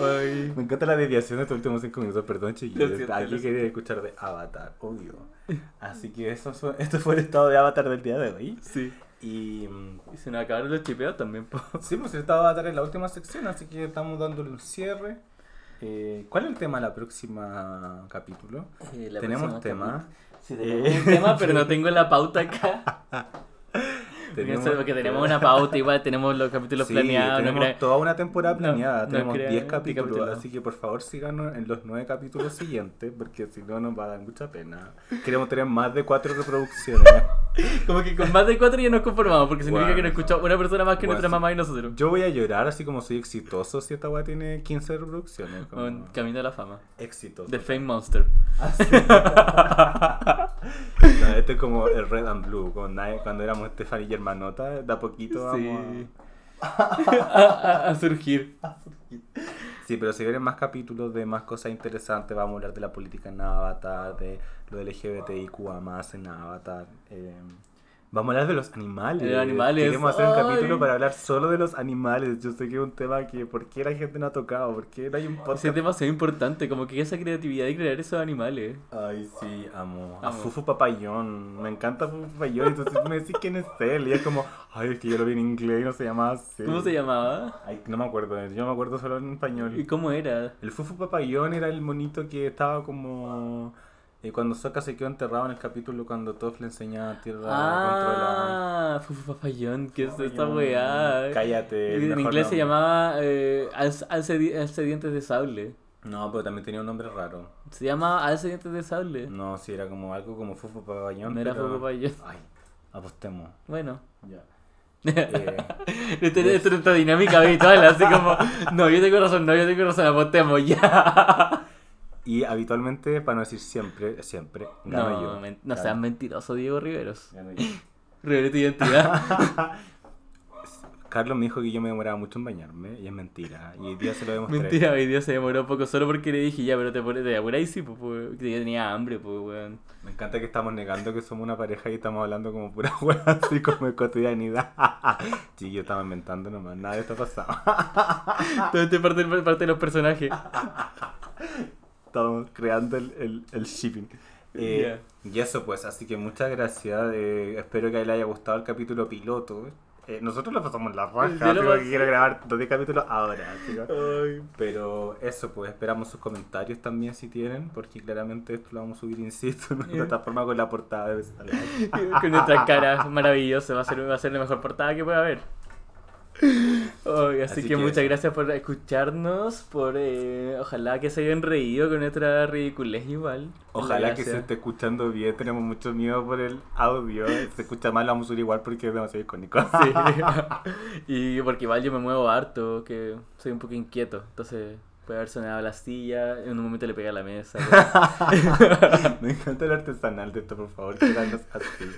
B: Ay.
A: Me encanta la desviación de tus últimos cinco minutos, perdón
B: Lo
A: chiquillos.
B: siento,
A: Aquí
B: lo
A: quería escuchar de Avatar, obvio. Así que eso fue, esto fue el estado de Avatar del día de hoy.
B: Sí.
A: Y mm,
B: Y se nos acabaron los chipeos también. po.
A: sí, pues el estado de Avatar es la última sección, así que estamos dándole un cierre. Eh, ¿Cuál es el tema de la próxima capítulo?
B: Eh, la
A: Tenemos
B: próxima
A: tema. Eh,
B: capítulo. Sí, tenemos un tema, pero no tengo la pauta acá.
A: Tenemos-
B: Porque tenemos una pauta, igual tenemos los capítulos
A: Sí,
B: planeados. no
A: tenemos
B: crea-
A: toda una temporada
B: No,
A: planeada,
B: no
A: tenemos
B: crea- este
A: 10
B: 10
A: capítulos,
B: capítulos.
A: así que por favor síganos en los 9 capítulos siguientes, porque si no nos va a dar mucha pena. Queremos tener más de 4 reproducciones.
B: Como que con más de cuatro ya nos conformamos, porque significa
A: Bueno.
B: que nos escuchó una persona más que
A: Bueno,
B: nuestra
A: sí.
B: mamá y nosotros.
A: Yo voy a llorar así como soy exitoso si esta weá tiene 15 reproducciones. como-
B: Con Camino a la fama.
A: Exitoso.
B: The Fame Monster.
A: No, este es como el Red and Blue, con nadie- cuando éramos Stephanie y Hermanota, de a poquito vamos a-
B: Sí. A, a- a surgir.
A: Sí, pero si vienen más capítulos de más cosas interesantes, vamos a hablar de la política en Avatar, de lo LGBTIQ más en Avatar. eh, vamos a hablar de los animales.
B: De los animales,
A: Queremos hacer un
B: ¡ay!
A: capítulo para hablar solo de los animales. Yo sé que es un tema que por qué la gente no ha tocado, por qué no hay un podcast.
B: Ese tema es importante, como que esa creatividad de crear esos animales.
A: Ay, sí, amo. A
B: Amo.
A: Fufu Papayón. Me encanta Fufu Papayón. Entonces me decís quién es él. Y es como, ay, es que yo lo vi en inglés y no se llamaba así.
B: ¿Cómo se llamaba?
A: Ay, no me acuerdo. eh, Yo me acuerdo solo en español.
B: ¿Y cómo era?
A: El Fufu Papayón era el monito que estaba como. eh, cuando Sokka se quedó enterrado en el capítulo cuando Toph le enseñaba a Tierra a
B: Ah, Fufu Papayón, ¿qué es
A: controlar.
B: esta weá?
A: Cállate.
B: Y En
A: mejor
B: inglés se
A: no.
B: llamaba eh, alce, alce- alce dientes de sable.
A: No, pero también tenía un nombre raro.
B: Se llamaba alce dientes de sable.
A: No, sí, era como algo como Fufu Papayón.
B: ¿Eh? No era
A: pero-
B: Fufu Papayón.
A: Ay, apostemos.
B: Bueno. Este,
A: Ya.
B: Esta
A: Eh,
B: esta- esta- esta dinámica habitual, así como, no, yo tengo razón, no, yo tengo razón, apostemos ya.
A: y habitualmente, para no decir siempre, siempre, gano
B: no,
A: yo.
B: men- no
A: Gano-
B: seas mentiroso, Diego Riveros.
A: gano yo.
B: Revela tu identidad.
A: Carlos me dijo que yo me demoraba mucho en bañarme y es mentira. Y hoy día se lo demostré.
B: Mentira, hoy día se demoró poco solo porque le dije, ya, pero te, pone- te apuráis, sí, pues, pues, que yo tenía hambre, pues, weón.
A: Me encanta que estamos negando que somos una pareja y estamos hablando como pura hueá, así como de cotidianidad. Sí, yo estaba inventando nomás, nada de esto ha pasado.
B: Todo este parte, parte de los personajes.
A: Estamos creando el, el, el shipping. Eh, Y eso pues, así que muchas gracias. eh, espero que les haya gustado el capítulo piloto. Eh, nosotros lo pasamos la raja,
B: Yo lo
A: digo que
B: pasé.
A: quiero grabar dos de capítulos ahora. así que-
B: Ay.
A: Pero eso, pues esperamos sus comentarios también si tienen, porque claramente esto lo vamos a subir, insisto, en una
B: Yeah.
A: plataforma con la portada de Best Alive.
B: Con nuestras caras, maravilloso, va a ser, va a ser la mejor portada que pueda haber. Ay, así,
A: Así
B: que,
A: que
B: muchas
A: eso.
B: gracias por escucharnos, por eh, ojalá que se hayan reído con nuestra ridiculez igual.
A: Ojalá que se
B: Gracias.
A: esté escuchando bien, tenemos mucho miedo por el audio. Se escucha mal, la vamos a subir igual porque es demasiado icónico.
B: Sí. y porque igual yo me muevo harto, que soy un poco inquieto, entonces puede haber sonado la silla, en un momento le pegué a la mesa.
A: Me encanta el artesanal de esto, por favor, quédanos así.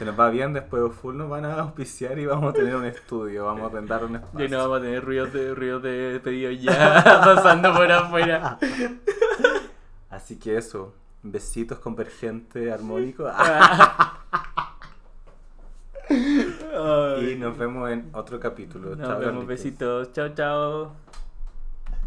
A: Se nos va bien, después de full nos van a auspiciar y vamos a tener un estudio, vamos a rentar un
B: Ya
A: espacio.
B: no vamos a tener ruidos de, ruidos de pedido ya pasando por afuera.
A: Así que eso, besitos convergente armónico.
B: Ay.
A: Y nos vemos en otro capítulo.
B: Nos
A: Chao,
B: vemos,
A: Carlitos.
B: besitos. Chao, chao.